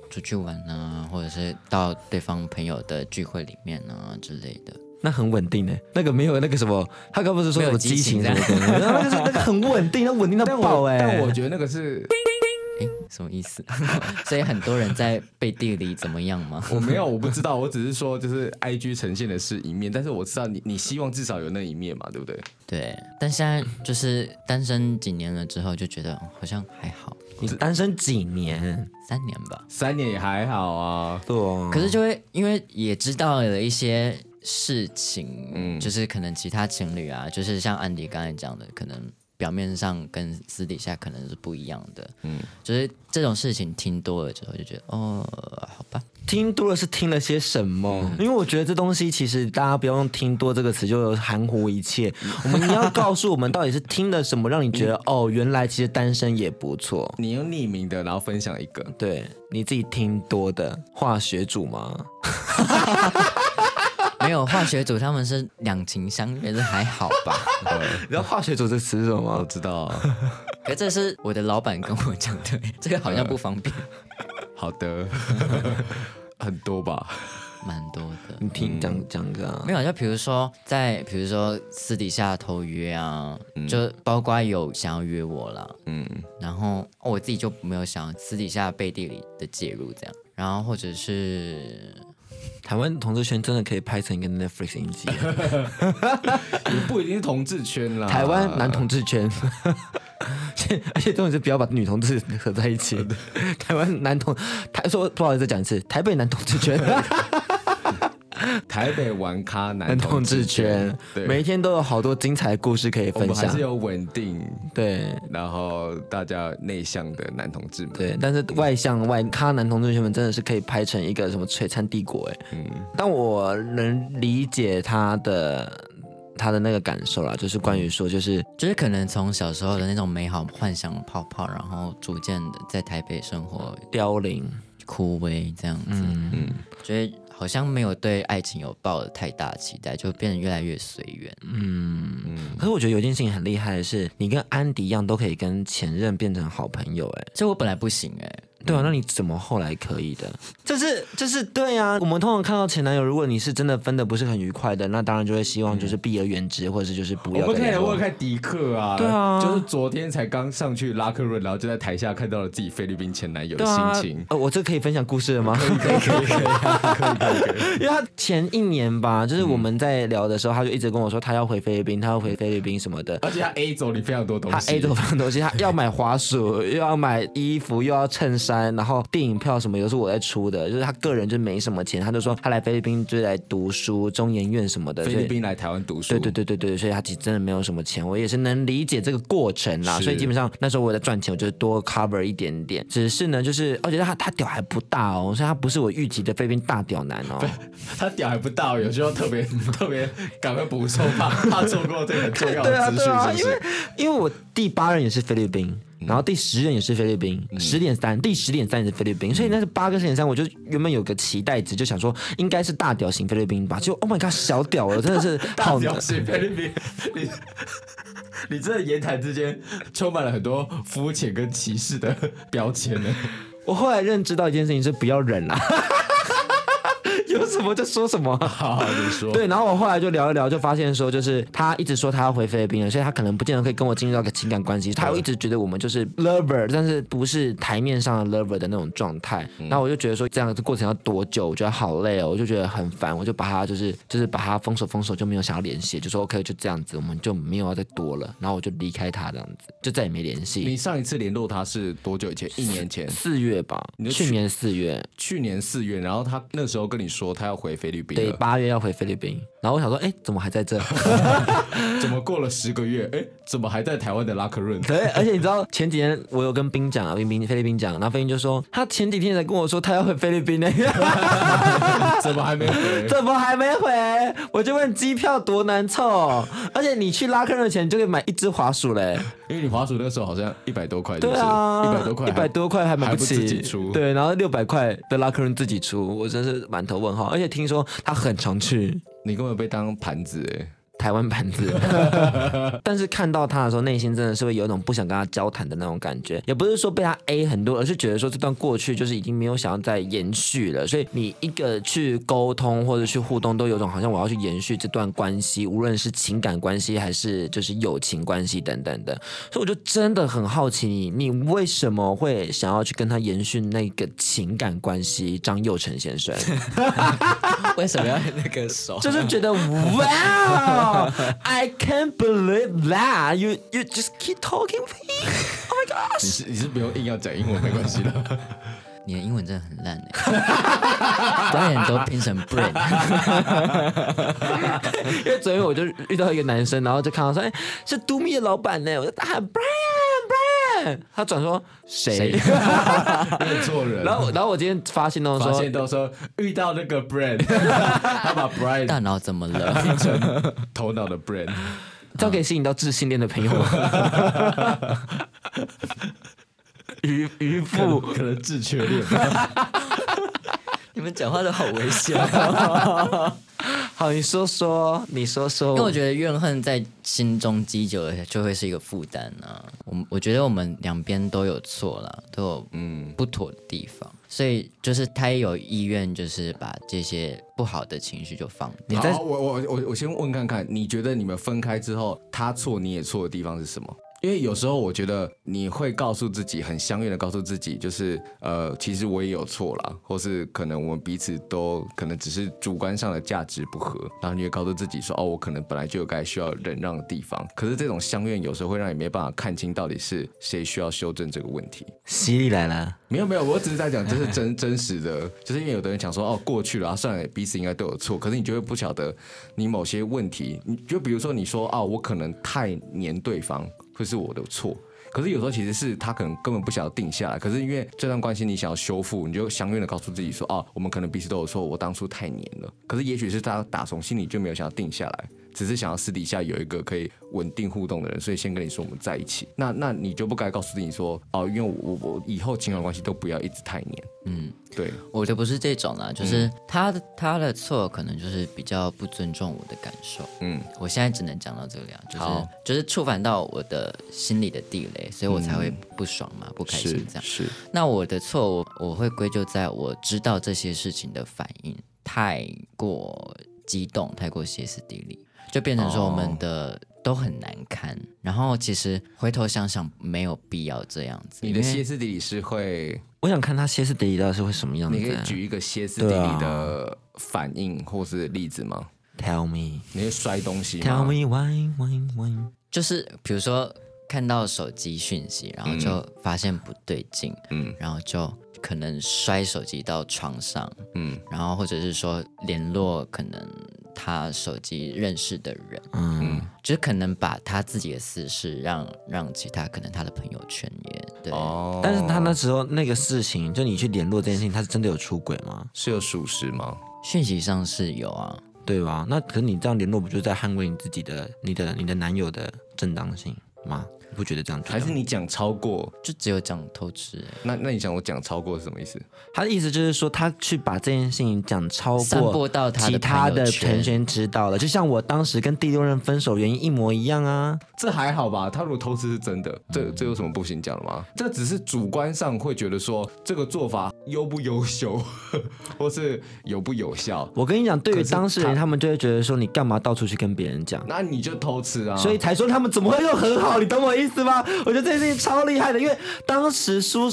Speaker 5: 出去玩啊，或者是到对方朋友的聚会里面啊之类的。
Speaker 2: 那很稳定的、欸那个没有那个什么，他刚不是说什么激情什么的，那个是那个很稳定，那稳定到爆哎、
Speaker 4: 但我觉得那个是
Speaker 5: 诶，什么意思？ 所以很多人在背地里怎么样吗？
Speaker 4: 我没有，我不知道，我只是说就是 I G 呈现的是一面，但是我知道你你希望至少有那一面嘛，对不对？
Speaker 5: 对，但现在就是单身几年了之后，就觉得哦好像还好，
Speaker 2: 你单身几年？
Speaker 5: 三年吧。
Speaker 4: 三年也还好啊，
Speaker 2: 对、哦，
Speaker 5: 可是就会因为也知道了一些事情，就是可能其他情侣啊，就是像安迪刚才讲的，可能表面上跟私底下可能是不一样的，嗯，就是这种事情听多了之后就觉得哦，好吧，
Speaker 2: 听多了是听了些什么？因为我觉得这东西其实大家不要用“听多”这个词就含糊一切。我们要告诉我们到底是听了什么，让你觉得 哦，原来其实单身也不错。
Speaker 4: 你用匿名的，然后分享一个，
Speaker 2: 对，你自己听多的化学组吗？
Speaker 5: 没有化学组他们是两情相悦，这还好吧？
Speaker 2: 你知道化学组这词是什么吗
Speaker 4: 我？知道。
Speaker 5: 可这是我的老板跟我讲 的，这个好像不方便。
Speaker 4: 好的，很多吧？
Speaker 5: 蛮多的。
Speaker 2: 你听讲讲个啊
Speaker 5: 没，有，就比如说在，比如说私底下偷约啊，就包括有想要约我啦，嗯，然后哦我自己就没有想私底下背地里的介入这样，然后或者是
Speaker 2: 台湾同志圈真的可以拍成一个 Netflix 影集，啊
Speaker 4: 也不一定是同志圈啦。
Speaker 2: 台湾男同志圈。
Speaker 4: 啊
Speaker 2: 而且重点是不要把女同志合在一起。台湾男同，台说不好意思再讲一次，台北男同志圈。
Speaker 4: 台北玩咖 男
Speaker 2: 男同志
Speaker 4: 志
Speaker 2: 圈，
Speaker 4: 对，
Speaker 2: 每一天都有好多精彩的故事可以
Speaker 4: 我
Speaker 2: 分
Speaker 4: 们还
Speaker 2: 享
Speaker 4: 是。有稳定，
Speaker 2: 对
Speaker 4: 然后大家内向的男同志们。
Speaker 2: 对，但是外向外咖男同志圈们真的是可以拍成一个什么璀璨帝国哎。
Speaker 4: 嗯
Speaker 2: 但我能理解他的他的那个感受啦，就是关于说，就是
Speaker 5: 就是可能从小时候的那种美好幻想的泡泡，然后逐渐的在台北生活
Speaker 2: 凋零。
Speaker 5: 枯萎这样子，嗯，觉得好像没有对爱情有抱得太大期待，就变得越来越随缘。
Speaker 2: 可是我觉得有一件事情很厉害的是，你跟安迪一样都可以跟前任变成好朋友哎。
Speaker 5: 这我本来不行哎、
Speaker 2: 对啊，那你怎么后来可以的？就是就是对啊，我们通常看到前男友，如果你是真的分的不是很愉快的，那当然就会希望就是避而远之，或者是就是不
Speaker 4: 我
Speaker 2: 要
Speaker 4: 们
Speaker 2: 再
Speaker 4: 可以
Speaker 2: 联
Speaker 4: 来
Speaker 2: 络。
Speaker 4: 问看迪克啊，
Speaker 2: 对啊
Speaker 4: 就是昨天才刚上去拉客润，然后就在台下看到了自己菲律宾前男友的
Speaker 2: 对啊
Speaker 4: 心情，。
Speaker 2: 呃，我这可以分享故事了吗？
Speaker 4: 可以可以可以啊可以可以可以。
Speaker 2: 因为他前一年吧，就是我们在聊的时候，他就一直跟我说他要回菲律宾，他要回菲律宾什么的。
Speaker 4: 而且他 A 走你非常多东
Speaker 2: 他
Speaker 4: 西
Speaker 2: A 走方 东西，他要买滑鼠，又要买衣服，又要衬衫，然后电影票什么也都是我在出的，就是他个人就没什么钱，他就说他来菲律宾就是来读书，中研院什么的，
Speaker 4: 菲
Speaker 2: 所以
Speaker 4: 律宾来台湾读书，
Speaker 2: 对对对对对，所以他其实真的没有什么钱，我也是能理解这个过程啦。
Speaker 4: 是
Speaker 2: 所以基本上那时候我在赚钱，我就是多 cover 一点点。只是呢，就是而且他他屌还不大哦，所以他不是我预期的菲律宾大屌男 哦。
Speaker 4: 他屌还不到，有时候特别 特别赶快补充， 怕怕错过这个很重要
Speaker 2: 对啊
Speaker 4: 的资
Speaker 2: 对
Speaker 4: 讯，
Speaker 2: 啊，因
Speaker 4: 是嗯不
Speaker 2: 为
Speaker 4: 是？
Speaker 2: 因为我第八任也是菲律宾。然后第十任也是菲律宾，
Speaker 4: 嗯
Speaker 2: 十点三，第十点三也是菲律宾，所以那是八跟十点三，我就原本有个期待值，就想说应该是大屌型菲律宾吧，就 Oh my god，小屌了，真的是
Speaker 4: 大
Speaker 2: 好
Speaker 4: 屌是菲律宾， 你你这言谈之间充满了很多肤浅跟歧视的标签呢。
Speaker 2: 我后来认知到一件事情是不要忍啦、啊 有什么就说什么。啊
Speaker 4: 好好你说，
Speaker 2: 对，然后我后来就聊一聊，就发现说，就是他一直说他要回菲律宾了，所以他可能不见得可以跟我进入到一个情感关系，他一直觉得我们就是 lover，但是不是台面上的 lover 的那种状态。那、我就觉得说，这样的过程要多久？我觉得好累哦，我就觉得很烦，我就把他就是就是把他封锁封锁，就没有想要联系，就说 OK 就这样子，我们就没有要再多了，然后我就离开他这样子，就再也没联
Speaker 4: 你
Speaker 2: 系。
Speaker 4: 上一次联络他是多久以前？一年前，
Speaker 2: 四月吧
Speaker 4: 你，就
Speaker 2: 去
Speaker 4: 去
Speaker 2: 年四月，
Speaker 4: 去年四月，然后他那时候跟你说他要回菲律宾
Speaker 2: 对，
Speaker 4: 了，
Speaker 2: 八月要回菲律宾，然后我想说，哎，怎么还在这？
Speaker 4: 怎么过了十个月，哎，怎么还在台湾的拉克 润？
Speaker 2: 对，而且你知道前几天我有跟冰讲啊，冰冰菲律宾讲，然后菲律宾就说他前几天才跟我说他要回菲律宾呢、
Speaker 4: 怎么还没回？
Speaker 2: 怎么还没回？我就问机票多难凑，而且你去拉客人的钱你就可以买一只滑鼠嘞、
Speaker 4: 因为你滑鼠那时候好像一百多块，
Speaker 2: 对啊，
Speaker 4: 一百多块，
Speaker 2: 一百多块还买
Speaker 4: 还不
Speaker 2: 起，
Speaker 4: 自己出
Speaker 2: 对，然后六百块的拉客人自己出，我真是满头问号。而且听说他很常去
Speaker 4: 你根本被当盘子哎。
Speaker 2: 台湾盘子，但是看到他的时候，内心真的是会有一种不想跟他交谈的那种感觉，也不是说被他 A 很多，而是觉得说这段过去就是已经没有想要再延续了，所以你一个去沟通或者去互动，都有种好像我要去延续这段关系，无论是情感关系还是就是友情关系等等的，所以我就真的很好奇你，你为什么会想要去跟他延续那个情感关系？张佑成先生。
Speaker 5: 为什么要那个 手？
Speaker 2: 就是觉得 Wow, I can't believe that you you just keep talking to me. Oh my god！
Speaker 4: 你是你是不用硬要讲英文没关系 的，
Speaker 5: 你的英文真的很烂哎、欸， 导演都拼成 brain，
Speaker 2: 因为昨天我就遇到一个男生，然后就看到说，哎、是都米的老板呢，我就大喊 Brian Brian，他转说谁？
Speaker 4: 认错 人。
Speaker 2: 然后我然后我今天发信都
Speaker 4: 发
Speaker 2: 说
Speaker 4: 现。都说遇到那个 brand，他把 brand
Speaker 5: 大脑怎 么了？
Speaker 4: 成头脑的 brand，啊
Speaker 2: 这样可以吸引到自信恋的朋 友吗？渔渔夫，
Speaker 4: 可能自缺恋。
Speaker 5: 你们讲话都好危险。
Speaker 2: 好，你说说，你说说。
Speaker 5: 因为我觉得怨恨在心中积久了，就会是一个负担啊。我我觉得我们两边都有错啦，都有嗯不妥的地方，所以就是他也有意愿，就是把这些不好的情绪就放掉。
Speaker 4: 好，我我我我先问看看，你觉得你们分开之后，他错你也错的地方是什么？因为有时候我觉得你会告诉自己，很相应的告诉自己，就是呃，其实我也有错啦，或是可能我们彼此都可能只是主观上的价值不合，然后你也告诉自己说，哦，我可能本来就有该需要忍让的地方。可是这种相怨有时候会让你没办法看清到底是谁需要修正这个问题。
Speaker 2: 犀利来了，
Speaker 4: 没有没有，我只是在讲这是 真真实的，就是因为有的人想说哦过去了、啊，算了，彼此应该都有错，可是你就会不晓得你某些问题，你就比如说你说啊、我可能太黏对方，会是我的错。可是有时候其实是他可能根本不想要定下来，可是因为这段关系你想要修复，你就相应的告诉自己说啊，我们可能彼此都有错，我当初太黏了。可是也许是他打从心里就没有想要定下来，只是想要私底下有一个可以稳定互动的人，所以先跟你说我们在一起。那那你就不该告诉自己说哦、因为我我我以后情感关系都不要一直太黏。嗯，对，
Speaker 5: 我的不是这种啦，就是他的、他的错可能就是比较不尊重我的感受。
Speaker 4: 嗯
Speaker 5: 嗯，我现在只能讲到这里啊，就是
Speaker 4: 好
Speaker 5: 就是触犯到我的心里的地雷，所以我才会不爽嘛，不开心这
Speaker 4: 嗯
Speaker 5: 样。
Speaker 4: 是
Speaker 5: 那我的错，我我会归咎在我知道这些事情的反应太过激动，太过歇斯底里，就变成说我
Speaker 4: 哦
Speaker 5: 们的、都很难堪。然后其实回头想想，没有必要这样子。
Speaker 4: 你的歇斯底里是会，
Speaker 2: 我想看他歇斯底里到底是会什么样
Speaker 4: 你可以
Speaker 2: 子。
Speaker 4: 举一个歇斯底里的反应或是例子吗？
Speaker 2: Tell me,
Speaker 4: 你会摔东西
Speaker 2: tell
Speaker 4: 吗？
Speaker 2: me why, why, why？
Speaker 5: 就是比如说看到手机讯息，然后就
Speaker 4: 嗯
Speaker 5: 发现不对劲，嗯，然后就可能摔手机到床上，
Speaker 4: 嗯
Speaker 5: 嗯，然后或者是说联络可能他手机认识的人，
Speaker 2: 嗯，
Speaker 5: 就是可能把他自己的私事让让其他可能他的朋友圈也对。
Speaker 4: 哦
Speaker 2: 但是他那时候那个事情，就你去联络这件事情，他是真的有出轨吗？
Speaker 4: 是有属实吗？
Speaker 5: 讯息上是有啊，
Speaker 2: 对吧？那可是你这样联络，不就在捍卫你自己的、你的、你的男友的正当性吗？你不觉得这样觉得吗？
Speaker 4: 还是你讲超过？
Speaker 5: 就只有讲偷吃、
Speaker 4: 那那你想我讲超过是什么意思？
Speaker 2: 他的意思就是说，他去把这件事情讲超
Speaker 5: 散
Speaker 2: 过
Speaker 5: 播到他的
Speaker 2: 其他的
Speaker 5: 朋友圈
Speaker 2: 朋圈知道了，就像我当时跟第六任分手原因一模一样啊。
Speaker 4: 这还好吧？他如果偷吃是真的，
Speaker 2: 嗯
Speaker 4: 这这有什么不行讲的吗？这只是主观上会觉得说这个做法优不优秀， 或是有不有效，
Speaker 2: 我跟你讲，对于
Speaker 4: 可是
Speaker 2: 当事人，
Speaker 4: 他
Speaker 2: 他们就会觉得说，你干嘛到处去跟别人讲？
Speaker 4: 那你就偷吃啊。
Speaker 2: 所以才说他们怎么会又很好，你懂我意思吗？我觉得这件事情超厉害的，因为当时苏。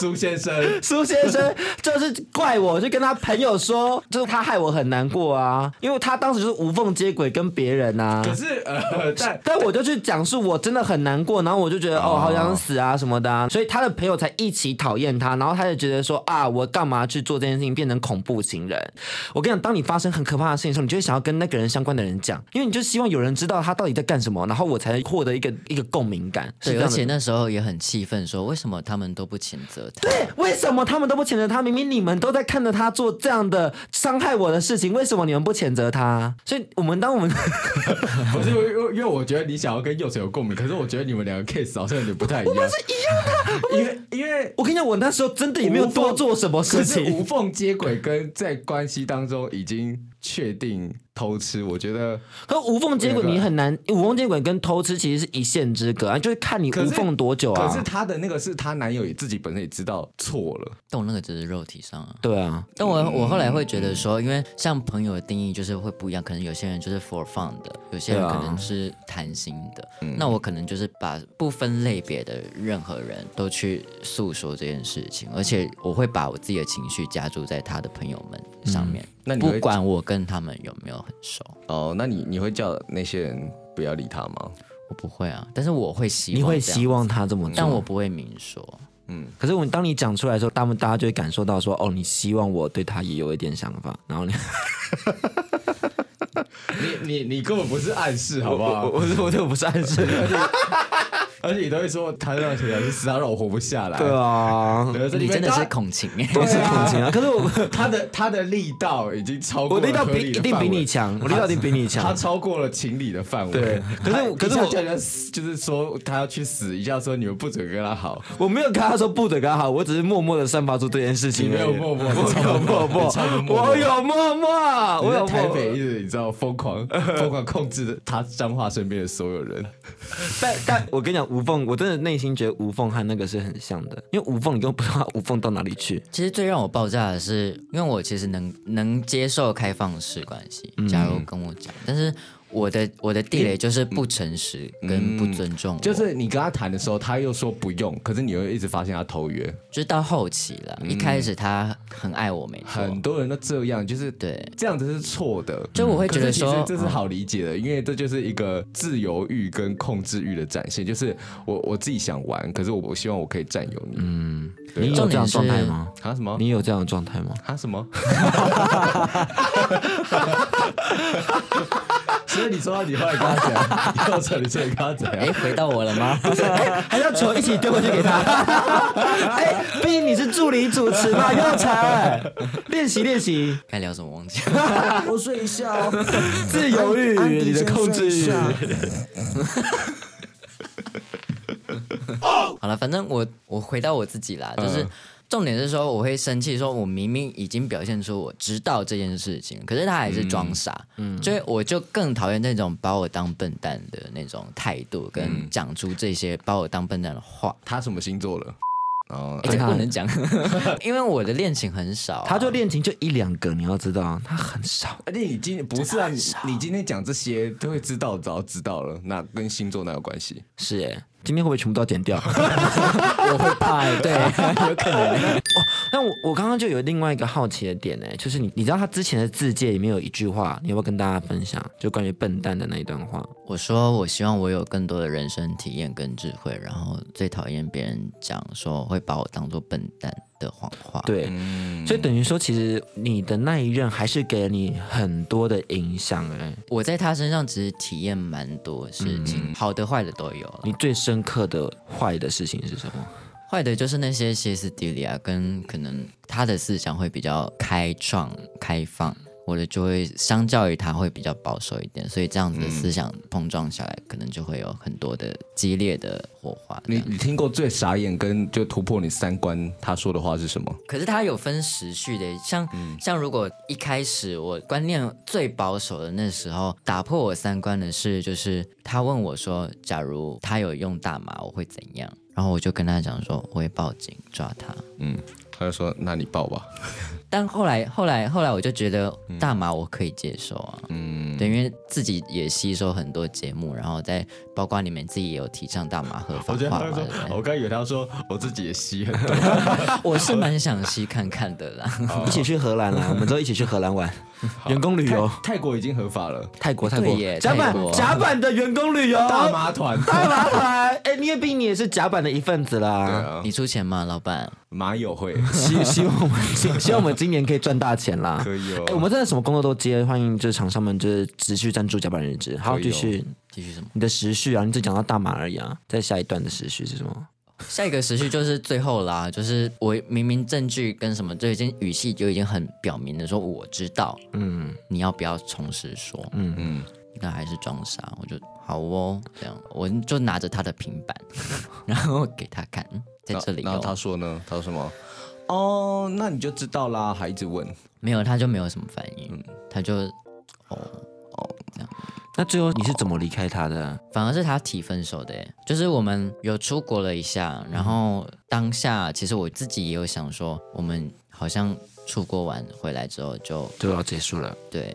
Speaker 4: 苏先生
Speaker 2: 苏先生就是怪我，就跟他朋友说，就是他害我很难过啊，因为他当时就是无缝接轨跟别人啊。
Speaker 4: 可是呃，但
Speaker 2: 但我就去讲述我真的很难过，然后我就觉得哦，好想死啊什么的、啊，所以他的朋友才一起讨厌他，然后他就觉得说啊，我干嘛去做这件事情，变成恐怖情人？我跟你讲，当你发生很可怕的事情的时候，你就会想要跟那个人相关的人讲，因为你就希望有人知道他到底在干什么，然后我才获得一个一个共鸣感。是这
Speaker 5: 对，而
Speaker 2: 样的
Speaker 5: 且那时候也很气愤，说为什么他们都不谴责他？
Speaker 2: 为什么他们都不谴责他？明明你们都在看着他做这样的伤害我的事情，为什么你们不谴责他？所以我们当我们
Speaker 4: 不是因为因为我觉得你想要跟佑成有共鸣，可是我觉得你们两个 case 好像有点不太一样。我们是一样的，因为因为
Speaker 2: 我跟你讲，我那时候真的也没有多做什么事
Speaker 4: 可是
Speaker 2: 情
Speaker 4: 无。缝接轨跟在关系当中已经确定偷吃，我觉得
Speaker 2: 可无缝接轨你很难，无缝接轨跟偷吃其实是一线之隔啊，就是看你
Speaker 4: 可
Speaker 2: 无
Speaker 4: 是
Speaker 2: 缝多久
Speaker 4: 可是
Speaker 2: 啊。
Speaker 4: 她的那个是她男友也自己本身也知道错了，
Speaker 5: 动那个只是肉体上啊。
Speaker 2: 对啊，
Speaker 5: 但我我后来会觉
Speaker 2: 嗯
Speaker 5: 得说，因为像朋友的定义就是会不一样，可能有些人就是 for fun 的，有些人
Speaker 2: 对啊嗯
Speaker 5: 可能是谈心的。那我可能就是把不分类别的任何人都去诉说这件事情，而且我会把我自己的情绪加注在他的朋友们
Speaker 2: 嗯
Speaker 5: 上面，
Speaker 4: 那你会
Speaker 5: 不管我跟他们有没有很熟，
Speaker 4: 哦，那你你会叫那些人不要理他吗？
Speaker 5: 我不会啊，但是我会希望
Speaker 2: 你会
Speaker 5: 这样
Speaker 2: 希，望他这么做，
Speaker 5: 但我
Speaker 4: 嗯
Speaker 5: 不会明说。
Speaker 2: 可是我们当你讲出来的时候，他们大家就会感受到说，哦，你希望我对他也有一点想法，然 后你
Speaker 4: 你你你根本不是暗示好不
Speaker 2: 我
Speaker 4: 好？啊
Speaker 2: 我我这我这不是暗示，
Speaker 4: 而且你都会说他让谁是死，他让我活不下来。
Speaker 2: 对啊，
Speaker 4: 对，这里
Speaker 5: 你
Speaker 4: 面
Speaker 5: 真的是欸
Speaker 4: 他
Speaker 5: 孔晴，
Speaker 2: 都是空间啊。可是 我
Speaker 4: 他的他的力道已经超过
Speaker 2: 我
Speaker 4: 了
Speaker 2: 力道
Speaker 4: 合
Speaker 2: 比
Speaker 4: 理
Speaker 2: 一
Speaker 4: 的
Speaker 2: 定比
Speaker 4: 范围
Speaker 2: 你强，我力道一定比你
Speaker 4: 他
Speaker 2: 强。
Speaker 4: 超过了情理的范围。
Speaker 2: 对可是
Speaker 4: 他
Speaker 2: 我可是
Speaker 4: 一下
Speaker 2: 我
Speaker 4: 叫人家死就是说他要去死，一下说你们不准跟他好，
Speaker 2: 我没有跟他说不准跟他好，我只是默默的散发出这件事
Speaker 4: 你
Speaker 2: 情而
Speaker 4: 没
Speaker 2: 已。
Speaker 4: 有默默，
Speaker 2: 我有默默，我有默默，
Speaker 4: 我
Speaker 2: 我
Speaker 4: 在
Speaker 2: 有
Speaker 4: 台
Speaker 2: 默默。
Speaker 4: 北一直你知道疯狂疯狂控制他彰化身边的所有人，
Speaker 2: 但但我跟你讲，吴凤，我真的内心觉得吴凤和那个是很像的，因为吴凤你根本不知道吴凤到哪里去。
Speaker 5: 其实最让我爆炸的是，因为我其实能能接受开放式关系，
Speaker 4: 嗯
Speaker 5: 假如跟我讲，但是我的我的地雷就是不诚实跟不尊重
Speaker 4: 嗯
Speaker 5: 我，
Speaker 4: 就是你跟他谈的时候，他又说不用，可是你又一直发现他头约，
Speaker 5: 就是到后期了，
Speaker 4: 嗯
Speaker 5: 一开始他很爱我没错，
Speaker 4: 很多人都这样，就是
Speaker 5: 对
Speaker 4: 这样子是错的。嗯
Speaker 5: 就我会觉
Speaker 4: 可
Speaker 5: 得
Speaker 4: 是其实
Speaker 5: 说
Speaker 4: 这是好理解的，因为这就是一个自由欲跟控制欲的展现，就是我我自己想玩，可是我我希望我可以占有你。嗯，
Speaker 2: 你有
Speaker 5: 重
Speaker 2: 这样
Speaker 5: 点
Speaker 2: 的状态
Speaker 5: 是
Speaker 2: 吗？
Speaker 4: 啊什么？
Speaker 2: 你有这样的状态吗？
Speaker 4: 啊什 么？所以你说你后来跟他讲，又扯你说你跟他
Speaker 5: 哎，
Speaker 4: 讲，
Speaker 5: 回到我 了吗？
Speaker 2: 还要球一起丢回去给他。 哎，毕竟你是助理主持嘛，佑成，练习练 习，
Speaker 5: 该聊什么忘记了。
Speaker 3: 我睡一下哦，
Speaker 2: 自由欲
Speaker 3: 安，迪
Speaker 2: 你的
Speaker 3: 先
Speaker 2: 控制
Speaker 3: 睡一
Speaker 2: 欲。
Speaker 3: 下
Speaker 5: 好了，反正我我回到我自己啦，就是。
Speaker 2: 嗯
Speaker 5: 重点是说，我会生气，说我明明已经表现出我知道这件事情，可是他还是
Speaker 2: 嗯
Speaker 5: 装傻，所以我就更讨厌那种把我当笨蛋的那种态度，
Speaker 2: 嗯
Speaker 5: 跟讲出这些把我当笨蛋的话，
Speaker 4: 他什么星座了？哦，
Speaker 5: 而且不能讲， 因为我的恋情很少啊、
Speaker 2: 他就恋情就一两个，你要知道，他很少。
Speaker 4: 而且你今不是啊，你你今天讲这些都会知道，早知道了，那跟星座哪有关系？
Speaker 2: 是哎、今天会不会全部都要剪 掉？
Speaker 5: 我会怕、 对，有可能
Speaker 2: 但我我刚刚就有另外一个好奇的点呢、就是你你知道他之前的字界里面有一句话，你要不要跟大家分享？就关于笨蛋的那一段话。
Speaker 5: 我说我希望我有更多的人生体验跟智慧，然后最讨厌别人讲说会把我当做笨蛋的谎话，
Speaker 2: 对，所以等于说，其实你的那一任还是给了你很多的影响哎、
Speaker 5: 我在他身上其实体验蛮多事情，好的坏的都有啦
Speaker 2: 你最深刻的坏的事情是什么？
Speaker 5: 坏的就是那些歇斯底里啊，跟可能他的思想会比较开创、开放，我的就会相较于他会比较保守一点，所以这样子的思想碰撞下来，可能就会有很多的激烈的火花。
Speaker 4: 你你听过最傻眼跟就突破你三观他说的话是什么？
Speaker 5: 可是它有分时序的，像、
Speaker 4: 嗯
Speaker 5: 像如果一开始我观念最保守的那时候，打破我三观的是，就是他问我说，假如他有用大麻，我会怎样？然后我就跟他讲说，我会报警抓他。
Speaker 4: 嗯，他就说那你报吧。
Speaker 5: 但后来后来后来，我就觉得大麻我可以接受啊，
Speaker 4: 嗯，
Speaker 5: 对，因为自己也吸收很多节目，然后在包括你们自己也有提倡大麻合法
Speaker 4: 我觉得
Speaker 5: 化
Speaker 4: 他
Speaker 5: 嘛，
Speaker 4: 说
Speaker 5: 对不，对
Speaker 4: 我刚以为他说我自己也吸很 多。
Speaker 5: 我是蛮想吸看看的啦。
Speaker 2: 一起去荷兰 啦，我们都一起去荷兰玩，员工旅游，
Speaker 4: 泰泰国已经合法了，
Speaker 2: 泰国泰国
Speaker 5: 对耶
Speaker 2: 甲
Speaker 5: 泰
Speaker 2: 板
Speaker 5: 国
Speaker 2: 甲板的员工旅游，
Speaker 4: 大麻团，
Speaker 2: 大麻烦，哎，你也毕竟你也是甲板的一份子
Speaker 4: 对
Speaker 2: 啦。
Speaker 4: 啊，
Speaker 5: 你出钱吗，老板？
Speaker 4: 马友 会
Speaker 2: 希希望我们今 希望我们今年可以赚大钱啦。
Speaker 4: 可以哦
Speaker 2: 哎，我们真的什么工作都接，欢迎就是厂商们就是持续赞助甲板日志。好，
Speaker 4: 可以哦
Speaker 2: 继续
Speaker 5: 继续什么？
Speaker 2: 你的时序啊，你只讲到大马而已啊，在下一段的时序是什么？
Speaker 5: 下一个时序就是最后啦，就是我明明证据跟什么就已经语气就已经很表明的说我知道，
Speaker 2: 嗯，
Speaker 5: 你要不要重实说？
Speaker 2: 嗯
Speaker 5: 嗯，那还是装傻，我就好哦，这样我就拿着他的平 板，然后给他看，嗯在这里
Speaker 4: 然后他
Speaker 5: 哦，
Speaker 4: 说呢，他说什么？哦，那你就知道啦，还一直问。
Speaker 5: 没有他就没有什么反应，
Speaker 4: 嗯
Speaker 5: 他就哦。
Speaker 2: 那最后你是怎么离开他的？
Speaker 5: 反而是他提分手的耶，就是我们有出国了一下，然后当下其实我自己也有想说，我们好像出国完回来之后就
Speaker 2: 就要结束了，
Speaker 5: 对，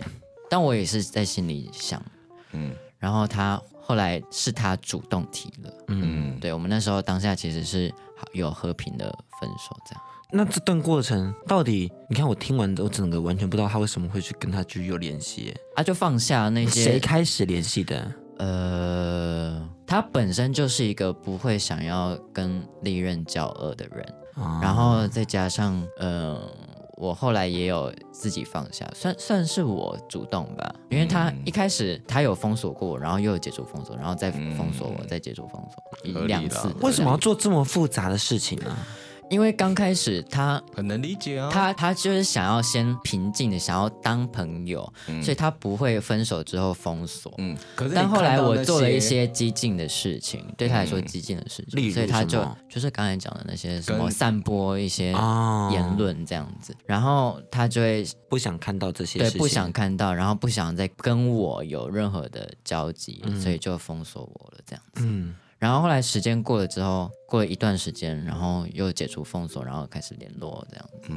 Speaker 5: 但我也是在心里想，
Speaker 4: 嗯
Speaker 5: 然后他后来是他主动提了，
Speaker 4: 嗯，
Speaker 5: 对我们那时候当下其实是有和平的分手这样。
Speaker 2: 那这段过程到底，你看我听完，我整个完全不知道他为什么会去跟他继续有联系，
Speaker 5: 啊，就放下那
Speaker 2: 谁
Speaker 5: 些，
Speaker 2: 开始联系的？
Speaker 5: 呃，他本身就是一个不会想要跟利刃交恶的人，
Speaker 2: 啊
Speaker 4: 哦
Speaker 5: 然后再加上，呃，我后来也有自己放下，算算是我主动吧，因为他
Speaker 4: 嗯
Speaker 5: 一开始他有封锁过我，然后又有解除封锁，然后再封锁我，再解除封锁一
Speaker 4: 嗯合理啦
Speaker 5: 两次。
Speaker 2: 为什么要做这么复杂的事情呢、
Speaker 5: 因为刚开始他
Speaker 4: 很能理解啊。
Speaker 5: 他他就是想要先平静的，想要当朋友，所以他不会分手之后封锁。
Speaker 4: 嗯，可是你
Speaker 5: 但后来
Speaker 4: 看到
Speaker 5: 我
Speaker 4: 那嗯
Speaker 5: 做了一些激进的事情，对他来说激进的事
Speaker 2: 例
Speaker 5: 情，
Speaker 2: 如
Speaker 5: 所以他
Speaker 2: 什
Speaker 5: 就
Speaker 2: 么
Speaker 5: 就是刚才讲的那些什么
Speaker 4: 跟啊
Speaker 5: 散播一些
Speaker 2: 哦
Speaker 5: 言论这样子，然后他就会
Speaker 2: 不想看到这些
Speaker 5: 对
Speaker 2: 事情，
Speaker 5: 不想看到，然后不想再跟我有任何的交集，所以就封锁我了这样子。
Speaker 2: 嗯
Speaker 5: 然后后来时间过了之后，过了一段时间，然后又解除封锁，然后开始联络这样子。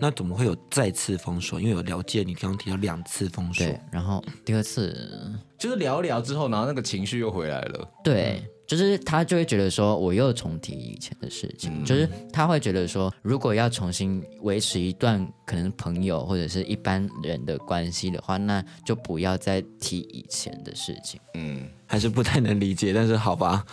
Speaker 2: 那怎么会有再次封锁？因为有了解，你刚刚提到两次封锁，
Speaker 5: 对，然后第二次
Speaker 4: 就是聊一聊之后，然后那个情绪又回来了。
Speaker 2: 嗯
Speaker 5: 对，就是他就会觉得说，我又重提以前的事情，
Speaker 2: 嗯
Speaker 5: 就是他会觉得说，如果要重新维持一段可能朋友或者是一般人的关系的话，那就不要再提以前的事情。
Speaker 4: 嗯，
Speaker 2: 还是不太能理解。但是好 吧，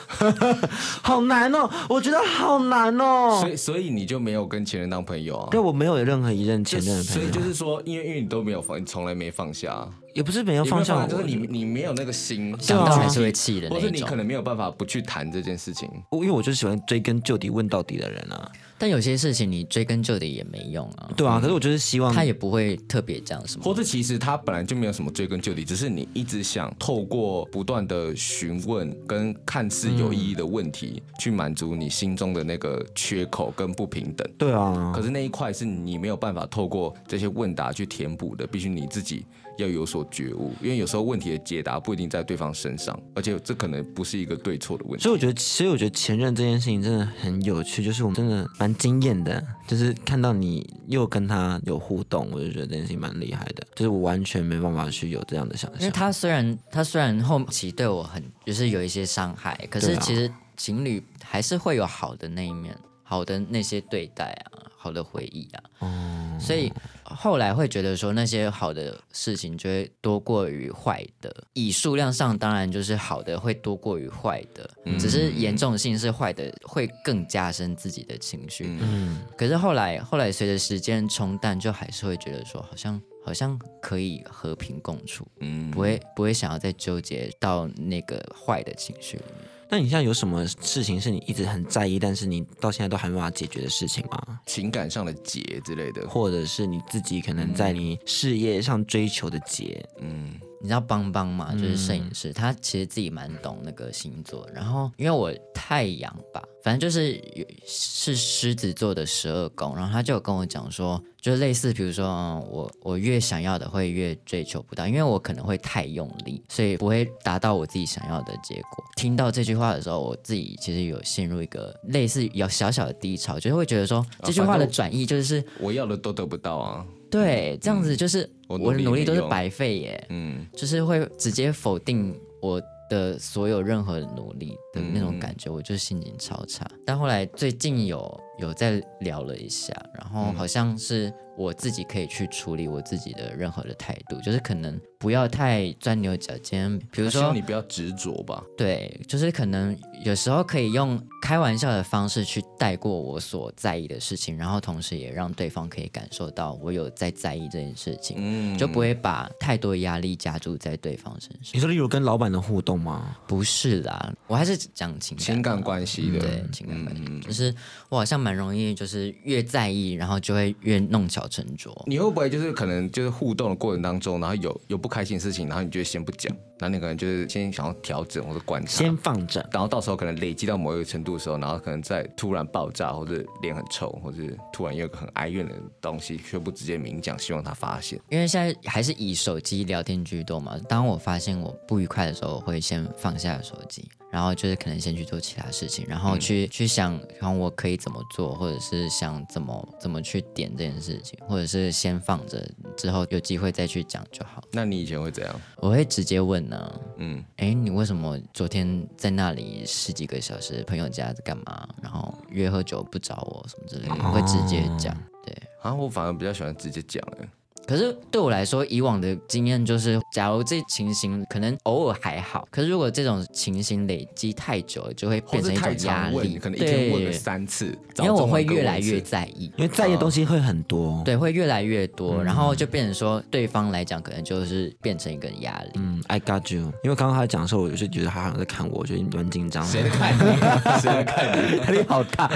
Speaker 2: 好难哦，我觉得好难哦
Speaker 4: 所。以所以你就没有跟前任当朋友啊
Speaker 2: 对，？我没有任何一任前
Speaker 4: 就
Speaker 2: 任的朋
Speaker 4: 所以
Speaker 2: 友，
Speaker 4: 就是说，因为因为你都没有放，你从来没放下啊，
Speaker 2: 也不是没有
Speaker 4: 你没有
Speaker 2: 放下我，
Speaker 4: 就是你你没有那个心，
Speaker 5: 想
Speaker 2: 啊
Speaker 5: 到还是会气的那
Speaker 4: 或
Speaker 5: 一
Speaker 4: 是
Speaker 5: 种。
Speaker 4: 你可能没有办法不去谈这件事情。
Speaker 2: 我因为我就喜欢追根究底、问到底的人啊。
Speaker 5: 但有些事情你追根究底也没用啊，
Speaker 2: 对
Speaker 4: 嗯
Speaker 2: 啊，可是我就是希望
Speaker 5: 他也不会特别讲什
Speaker 4: 或
Speaker 5: 么。
Speaker 4: 是其实他本来就没有什么追根究底，只是你一直想透过不断的询问跟看似有意义的问题，去满足你心中的那个缺口跟不平等。
Speaker 2: 对啊，
Speaker 4: 可是那一块是你没有办法透过这些问答去填补的，必须你自己要有所觉悟，因为有时候问题的解答不一定在对方身上，而且这可能不是一个对错的问题。
Speaker 2: 所以我觉得，所以我觉得前任这件事情真的很有趣，就是我们真的蛮惊艳的，就是看到你又跟他有互动，我就觉得这件事情蛮厉害的，就是我完全没办法去有这样的想
Speaker 5: 因为
Speaker 2: 象。
Speaker 5: 他虽然他虽然后期对我很就是有一些伤害，可
Speaker 2: 对
Speaker 5: 是
Speaker 2: 啊
Speaker 5: 其实情侣还是会有好的那一面，好的那些对待啊，好的回忆啊。
Speaker 4: 哦
Speaker 5: 所以后来会觉得说那些好的事情就会多过于坏的，以数量上当然就是好的会多过于坏的，只是严重性是坏的会更加深自己的情绪。
Speaker 2: 嗯，
Speaker 5: 可是后来，后来随着时间冲淡，就还是会觉得说，好像好像可以和平共处，
Speaker 4: 嗯
Speaker 5: 不会不会想要再纠结到那个坏的情绪里面。
Speaker 2: 那你现在有什么事情是你一直很在意，但是你到现在都还没办法解决的事情吗？
Speaker 4: 情感上的结之类的，
Speaker 2: 或者是你自己可能
Speaker 5: 嗯
Speaker 2: 在你事业上追求的结？
Speaker 4: 嗯，
Speaker 5: 你知道邦邦嘛，就是摄影师，他其实自己蛮懂那个星座。然后因为我太阳吧，反正就是有是狮子座的十二宫，然后他就有跟我讲说，就是类似比如说，嗯、我我越想要的会越追求不到，因为我可能会太用力，所以不会达到我自己想要的结果。听到这句话的时候，我自己其实有陷入一个类似有小小的低潮，就是会觉得说这句话
Speaker 4: 啊反
Speaker 5: 的
Speaker 4: 正我
Speaker 5: 转译就是
Speaker 4: 我要的都得不到啊，
Speaker 5: 对，这样子就是
Speaker 4: 嗯我
Speaker 5: 我的
Speaker 4: 努
Speaker 5: 努
Speaker 4: 力也没
Speaker 5: 力都是
Speaker 4: 用
Speaker 5: 白费耶。
Speaker 4: 嗯，
Speaker 5: 就是会直接否定我的所有任何努力的那种感觉，我就心情超差。但后来最近有有在聊了一下，然后好像是我自己可以去处理我自己的任何的态度，就是可能不要太钻牛角尖，比
Speaker 4: 比
Speaker 5: 如说
Speaker 4: 你不要执着吧，
Speaker 5: 对，就是可能有时候可以用开玩笑的方式去带过我所在意的事情，然后同时也让对方可以感受到我有在在意这件事情。
Speaker 4: 嗯，
Speaker 5: 就不会把太多压力加注在对方身上。
Speaker 4: 嗯
Speaker 2: 你说，例如跟老板的互动吗？
Speaker 5: 不是啦，我还是讲情感
Speaker 4: 情感关系的，
Speaker 5: 对情感关
Speaker 4: 嗯
Speaker 5: 系，就是我好像蛮容易，就是越在意，然后就会越弄巧成拙。
Speaker 4: 你会不会就是可能就是互动的过程当中，然后有有不开心的事情，然后你就先不讲，然后你可能就是先想要调整或者观察，
Speaker 2: 先放着，
Speaker 4: 然后到时候可能累积到某一个程度的时候，然后可能再突然爆炸，或者脸很臭，或者突然有一个很哀怨的东西，却不直接明讲，希望他发现。
Speaker 5: 因为现在还是以手机聊天居多嘛。当我发现我不愉快的时候，我会先放下手机，然后就是可能先去做其他事情，然
Speaker 4: 嗯
Speaker 5: 后去、去想，然后我可以怎么做，或者是想怎么怎么去点这件事情，或者是先放着，之后有机会再去讲就好。
Speaker 4: 那你以前会怎样？
Speaker 5: 我会直接问呢、
Speaker 4: 嗯，
Speaker 5: 哎，你为什么昨天在那里十几个小时朋友家在干嘛？然后约
Speaker 4: 哦
Speaker 5: 喝酒不找我什么之类的，会直接讲。对，
Speaker 4: 啊，我反而比较喜欢直接讲、欸，
Speaker 5: 可是对我来说，以往的经验就是，假如这情形可能偶尔还好，可是如果这种情形累积太久了，就会
Speaker 4: 或
Speaker 5: 变
Speaker 4: 是
Speaker 5: 成一
Speaker 4: 太
Speaker 5: 种压
Speaker 4: 常问，
Speaker 5: 力，
Speaker 4: 可能一天问个
Speaker 5: 对
Speaker 4: 三次，嗯
Speaker 5: 因为我会越来越在意。
Speaker 2: 因为在意的东西会很多。，
Speaker 5: 对，会越来越多，然后就变成说，对方来讲可能就是变成一个压力。
Speaker 2: 嗯，I got you。因为刚刚他讲的时候，我就是觉得他好像在看我，我觉得蛮紧张的。
Speaker 4: 谁在 看你？谁在看你？
Speaker 2: 压力好大，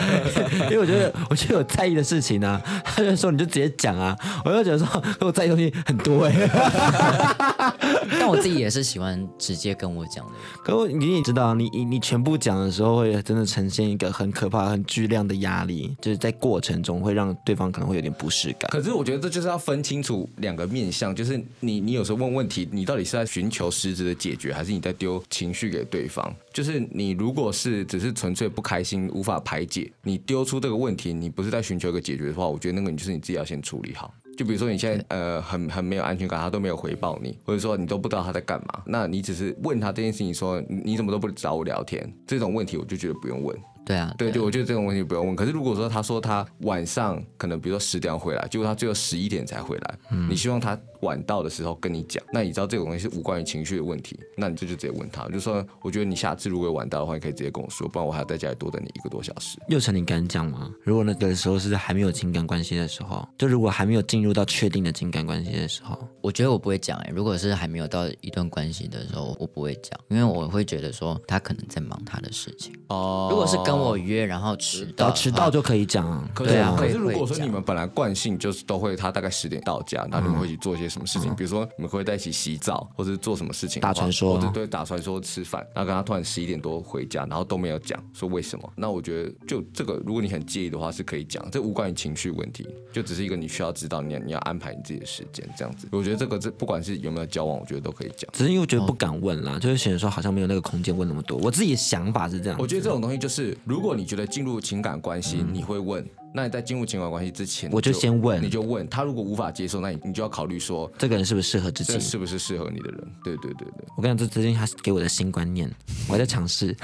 Speaker 2: 因为我觉得我觉得有在意的事情呢、啊，他就说你就直接讲啊，我就觉得说我在意的东西很多哎、
Speaker 5: 但我自己也是喜欢直接跟我讲的人，
Speaker 2: 可我你也知道，啊你你你全部讲的时候，会真的呈现一个很可怕、很巨量的压力，就是在过程中会让对方可能会有点不适感。
Speaker 4: 可是我觉得这就是要分清楚两个面向，就是你你有时候问问题，你到底是在寻求实质的解决，还是你在丢情绪给对方？就是你如果是只是纯粹不开心无法排解，你丢出这个问题，你不是在寻求一个解决的话，我觉得那个你就是你自己要先处理好。就比如说你现在呃很很没有安全感，他都没有回报你，或者说你都不知道他在干嘛，那你只是问他这件事情说你你怎么都不找我聊天，这种问题我就觉得不用问。
Speaker 5: 对啊，
Speaker 4: 对，就我觉得这种问题不用问。可是如果说他说他晚上可能比如说十点回来，结果他最后十一点才回来，你希望他晚到的时候跟你讲，那你知道这种东西是无关于情绪的问题，那你这就直接问他，就说我觉得你下次如果有晚到的话，你可以直接跟我说，不然我还要在家里多等你一个多小时。
Speaker 2: 佑成，你敢讲吗？如果那个时候是还没有情感关系的时候，就如果还没有进入到确定的情感关系的时候，
Speaker 5: 我觉得我不会讲哎、如果是还没有到一段关系的时候，我不会讲，因为我会觉得说他可能在忙他的事情。
Speaker 4: 哦
Speaker 5: 如果是跟我约然后迟
Speaker 2: 只要
Speaker 5: 到，
Speaker 2: 迟到。就可以讲啊。
Speaker 4: 可
Speaker 5: 对
Speaker 4: 是，
Speaker 5: 啊
Speaker 4: 可
Speaker 5: 会
Speaker 4: 是如果
Speaker 5: 会
Speaker 4: 说
Speaker 5: 讲
Speaker 4: 你们本来惯性就是都会，他大概十点到家，那你们会一起做些什么事情？比如说你们会在一起洗澡，或者是做什么事情的话？
Speaker 2: 打传说
Speaker 4: 或者对打传说吃饭。然后跟他突然十一点多回家，然后都没有讲说为什么？那我觉得就这个，如果你很介意的话，是可以讲，这无关于情绪问题，就只是一个你需要知道你你要安排你自己的时间这样子。我觉得这个这不管是有没有交往，我觉得都可以讲。
Speaker 2: 只是因为我觉得不敢问啦，就是显得说好像没有那个空间问那么多。我自己的想法是这样
Speaker 4: 我，觉得这种东西就是，如果你觉得进入情感关系，你会问。那你在进入情感关系之前，
Speaker 2: 我就先问
Speaker 4: 你就问他，如果无法接受，那你你就要考虑说，
Speaker 2: 这个人是不是适合自
Speaker 4: 这
Speaker 2: 己？
Speaker 4: 是不是适合你的人？对对对对，
Speaker 2: 我跟你讲，这最近他给我的新观念，我还在尝 试。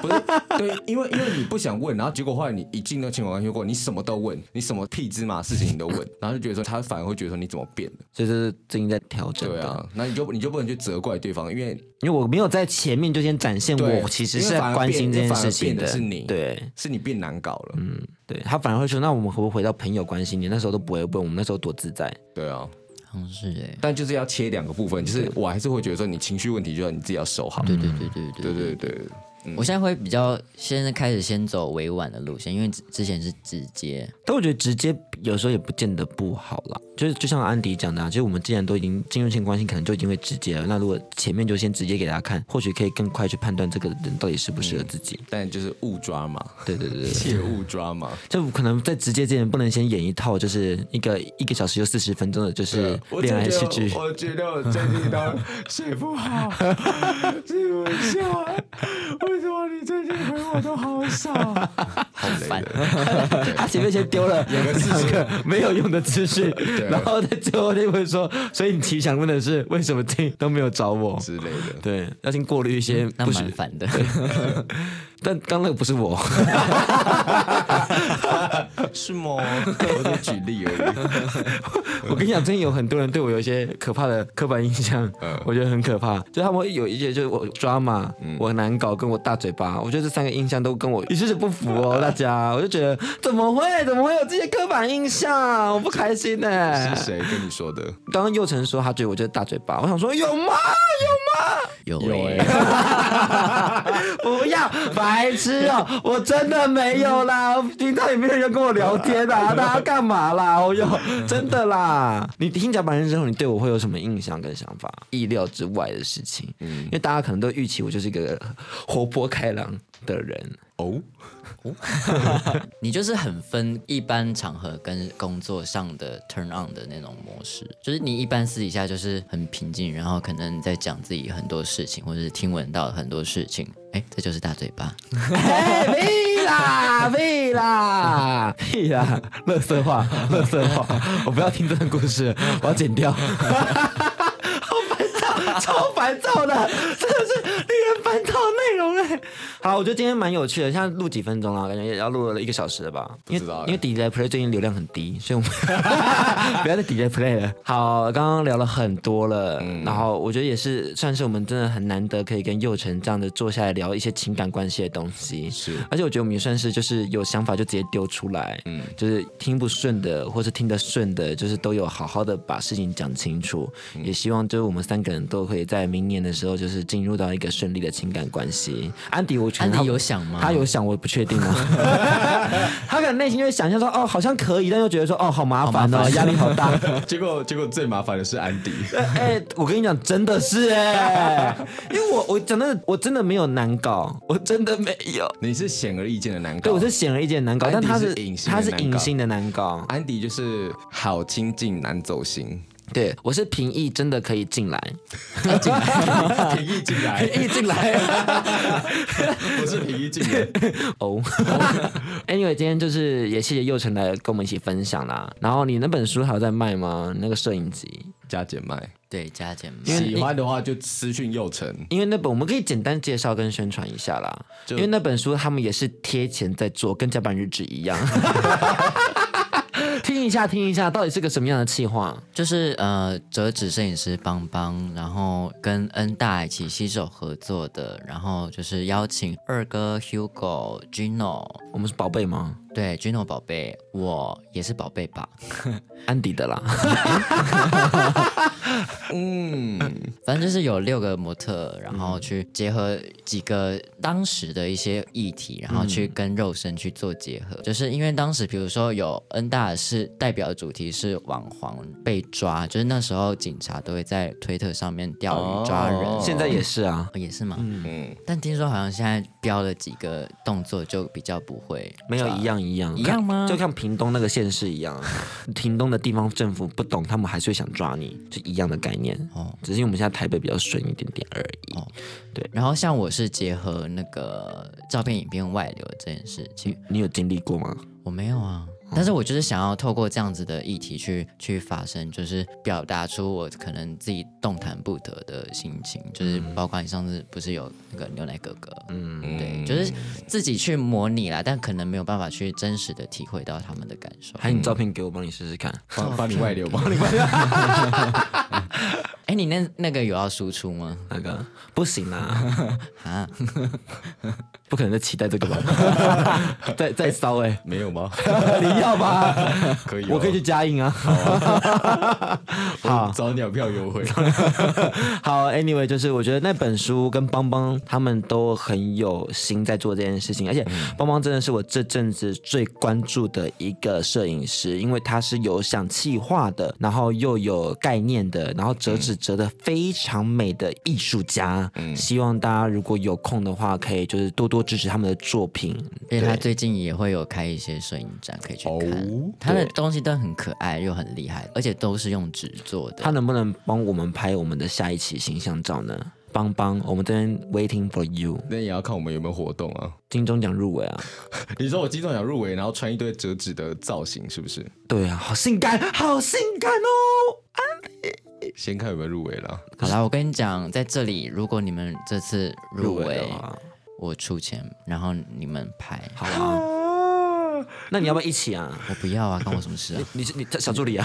Speaker 4: 不是对，因为因为你不想问，然后结果后来你一进到情感关系过，你什么都问，你什么屁芝麻事情你都问，然后就觉得说他反而会觉得说你怎么变了？
Speaker 2: 所以这是最近在调整。
Speaker 4: 对，啊，那你就你就不能去责怪对方，因为
Speaker 2: 因为我没有在前面就先展现
Speaker 4: 对
Speaker 2: 我其实
Speaker 4: 因为
Speaker 2: 是在
Speaker 4: 反而
Speaker 2: 关
Speaker 4: 变
Speaker 2: 心这件
Speaker 4: 反而
Speaker 2: 事情
Speaker 4: 变的是你
Speaker 2: 对。
Speaker 4: 是你变难搞了。
Speaker 2: 对他反而会说，那我们可不可以回到朋友关系？你那时候都不会问，我们那时候多自在。
Speaker 4: 对啊，
Speaker 5: 好像是哎、
Speaker 4: 但就是要切两个部分，就是我还是会觉得说你情绪问题就要你自己要收好。
Speaker 5: 对对对对对
Speaker 4: 嗯对嗯对对，
Speaker 5: 我现在会比较现在开始先走委婉的路线，因为之之前是直接，
Speaker 2: 但我觉得直接有时候也不见得不好啦，就是就像安迪讲的、啊，就是我们既然都已经进入性关系，可能就已经会直接了。那如果前面就先直接给大家看，或许可以更快去判断这个人到底适不适
Speaker 4: 嗯
Speaker 2: 合自己。
Speaker 4: 但就是误抓嘛，
Speaker 2: 对对对对，
Speaker 4: 切勿抓嘛。
Speaker 2: 就可能在直接之前不能先演一套，就是一个一个小时又四十分钟的，就是恋爱戏剧。
Speaker 4: 啊 我觉得我最近都睡不好， 睡不下。为什么你最近回我都好少？好累的。
Speaker 2: 他前面先丢了
Speaker 4: 有个资
Speaker 2: 两
Speaker 4: 讯
Speaker 2: 个没有用的资讯，
Speaker 4: 啊
Speaker 2: 然后在最后就会说，所以你其实想问的是为什么听都没有找我？
Speaker 4: 之类的，
Speaker 2: 对，要先过滤一
Speaker 4: 嗯
Speaker 2: 些
Speaker 5: 那
Speaker 2: 不是
Speaker 5: 蛮，烦的。
Speaker 2: 但刚那个不是我，
Speaker 4: 是吗？我就举例而
Speaker 2: 我跟你讲，最近有很多人对我有一些可怕的刻板印象，
Speaker 4: 嗯
Speaker 2: 我觉得很可怕，就他们会有一些就是我抓马，我难搞，跟我大嘴巴，我觉得这三个印象都跟我一致是不符 哦，大家，我就觉得怎么会，怎么会有这些刻板印象，我不开心呢、
Speaker 4: 已。是谁跟你说的？
Speaker 2: 刚刚佑成说他觉得我就是大嘴巴，我想说有吗？
Speaker 5: 有
Speaker 4: 有
Speaker 5: 哎、
Speaker 4: 哎，
Speaker 2: 不要白痴哦、我真的没有啦，平常也没有人跟我聊天 啊，大家干嘛啦？我有真的啦。你听讲完之后，你对我会有什么印象跟想法？意料之外的事情，因为大家可能都预期我就是一个活泼开朗的人。
Speaker 4: 哦，
Speaker 5: 你就是很分一般场合跟工作上的 turn on 的那种模式，就是你一般私底下就是很平静，然后可能你在讲自己很多事情，或者是听闻到很多事情，哎，这就是大嘴巴。
Speaker 2: 哎，屁 啦，屁啦，屁啦，乐色话，乐色话，我不要听这段故事，我要剪掉。好烦超烦躁的，真的是令人烦躁的内容哎。好，我觉得今天蛮有趣的，现在录几分钟了，感觉也要录了一个小时了吧？因
Speaker 4: 知
Speaker 2: 为
Speaker 4: 道
Speaker 2: 因为 Delay Play 最近流量很低，所以我们 不要再 Delay Play 了。 好，刚刚聊了很多了，
Speaker 5: 嗯
Speaker 2: 然后我觉得也是算是我们真的很难得可以跟佑成这样的坐下来聊一些情感关系的东西。
Speaker 4: 是
Speaker 2: 而且我觉得我们也算是就是有想法就直接丢出来，嗯，就是听不顺的或是听得顺的，就是都有好好的把事情讲清楚。
Speaker 5: 嗯
Speaker 2: 也希望就是我们三个人都可以在明年的时候，就是进入到一个顺利的情感关系。安迪，我觉得
Speaker 5: 安迪
Speaker 2: 他
Speaker 5: 啊有想吗
Speaker 2: 他有想，我不确定啊。他可能内心就会想象说，哦，好像可以，但又觉得说，哦，好麻烦哦，压力好大。
Speaker 4: 结果结果最麻烦的是安迪，
Speaker 2: 哎、哎我跟你讲，真的是哎、因为我我真的我真的没有难搞，我真的没有。
Speaker 4: 你是显而易见的难搞。
Speaker 2: 对，我是显而易见的难搞，
Speaker 4: 安
Speaker 2: 但
Speaker 4: 迪
Speaker 2: 他
Speaker 4: 是
Speaker 2: 是
Speaker 4: 隐性
Speaker 2: 他
Speaker 4: 的
Speaker 2: 是
Speaker 4: 难
Speaker 2: 隐
Speaker 4: 搞
Speaker 2: 性的难搞。
Speaker 4: 安迪就是好亲近难走心，
Speaker 2: 对，我是平易，真的可以进来，
Speaker 4: 平易近来，
Speaker 2: 啊平易进来。
Speaker 4: 不是平易近人。
Speaker 2: 哦、a n y w a y 今天就是也谢谢佑成来跟我们一起分享啦。然后你那本书还有在卖吗？那个摄影集，
Speaker 4: 加减麦，
Speaker 5: 对，加减嘛。
Speaker 4: 喜欢的话就私讯佑成。
Speaker 2: 因为那本我们可以简单介绍跟宣传一下啦。因为那本书他们也是贴钱在做，跟甲板日志一样。 听一下，听一下，到底是个什么样的企划？
Speaker 5: 就是呃，折纸摄影师邦邦，然后跟恩大一起携手合作的，然后就是邀请二哥 Hugo、Gino，
Speaker 2: 我们是宝贝吗？
Speaker 5: 对 Gino 宝贝，我也是宝贝吧，
Speaker 2: 安迪的啦。
Speaker 5: 反正就是有六个模特，然
Speaker 2: 嗯
Speaker 5: 后去结合几个当时的一些议题，然后去
Speaker 2: 嗯
Speaker 5: 跟肉身去做结合。就是因为当时，比如说有恩大是代表的主题是网黄被抓，就是那时候警察都会在推特上面钓鱼抓人，
Speaker 4: 哦
Speaker 2: 现在也是啊，
Speaker 5: 哦也是吗？
Speaker 4: 嗯，
Speaker 5: 但听说好像现在标了几个动作就比较不会抓，
Speaker 2: 没有一样一样
Speaker 5: 啊一样吗
Speaker 2: 就像屏东那个县市一样啊，屏东的地方政府不懂，他们还是会想抓你，就一样的概念。哦
Speaker 5: 哦，
Speaker 2: 只是因为我们现在台北比较顺一点点而已。
Speaker 5: 然后像我是结合那个照片、影片外流这件事情，
Speaker 2: 你有经历过吗？
Speaker 5: 我没有
Speaker 2: 哦
Speaker 5: 啊，但是我就是想要透过这样子的议题去去发声，就是表达出我可能自己动弹不得的心情，就是
Speaker 2: 嗯
Speaker 5: 包括你上次不是有那个牛奶哥哥，嗯，对，就是自己去模拟啦，但可能没有办法去真实的体会到他们的感受。
Speaker 2: 还有你照片给我，帮你试试看。
Speaker 4: 帮帮你外流， 帮你外
Speaker 5: 哎，你那那个有要输出吗？
Speaker 2: 那个不行啦， 啊不可能再期待这个吧？ 再再骚哎、
Speaker 4: 没有吗？
Speaker 2: 你要吧？
Speaker 4: 可以哦，
Speaker 2: 我可以去啊加印啊。
Speaker 4: 我找鸟票优惠。
Speaker 2: 好，anyway，就是我觉得那本书跟邦邦他们都很有心在做这件事情，而且邦邦真的是我这阵子最关注的一个摄影师，因为他是有想气化的，然后又有概念的，然后折纸折的非常美的艺术家。希望大家如果有空的话，可以就是多多支持他们的作品。
Speaker 5: 因为他最近也会有开一些摄影展可以去看，
Speaker 4: 哦
Speaker 5: 他的东西都很可爱又很厉害，而且都是用纸做的
Speaker 2: 他。能不能帮我们拍我们的下一期形象照呢？邦邦，我们这边 waiting for you，
Speaker 4: 那也要看我们有没有活动啊！
Speaker 2: 金钟奖入围啊！
Speaker 4: 你说我金钟奖入围，然后穿一堆折纸的造型，是不是？
Speaker 2: 对啊，好性感，好性感哦！
Speaker 4: 先看有没有入围啦。
Speaker 5: 好啦，我跟你讲，在这里，如果你们这次入围，
Speaker 2: 的话，
Speaker 5: 我出钱，然后你们拍。
Speaker 2: 好啊。那你要不要一起啊？
Speaker 5: 我不要啊，关我什 么事啊？
Speaker 2: 你你小助理啊？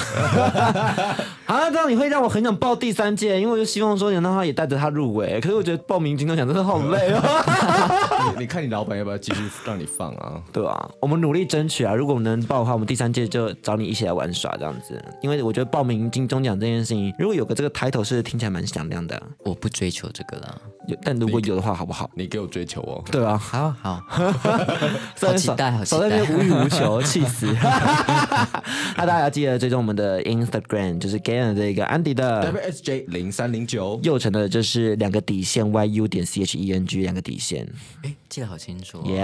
Speaker 2: 好啊，这样你会让我很想报第三届，因为我就希望说能让他也带着他入围。可是我觉得报名金钟奖真的好累 哦。
Speaker 4: 你你看你老板要不要继续让你放啊？
Speaker 2: 对啊，我们努力争取啊！如果我们能报的话，我们第三届就找你一起来玩耍这样子。因为我觉得报名金钟奖这件事情，如果有个这个 title 是听起来蛮响亮的，
Speaker 5: 我不追求这个了。
Speaker 2: 有但如果有的话，好不好？
Speaker 4: 你给我追求哦！
Speaker 2: 对啊，
Speaker 5: 好好，
Speaker 2: 虽然
Speaker 5: 期
Speaker 2: 少
Speaker 5: 待好期
Speaker 2: 少在那边
Speaker 5: 待
Speaker 2: 无欲无求， 气死！ 那大家要记得追踪我们的 Instagram，就是 Gan 的一个安迪的。
Speaker 4: WSJ 零三零九，
Speaker 2: 右成的就是两个底线 yu 点 c h e n g 两个底线
Speaker 5: 哎，记得好清楚、哦。
Speaker 2: ，yeah。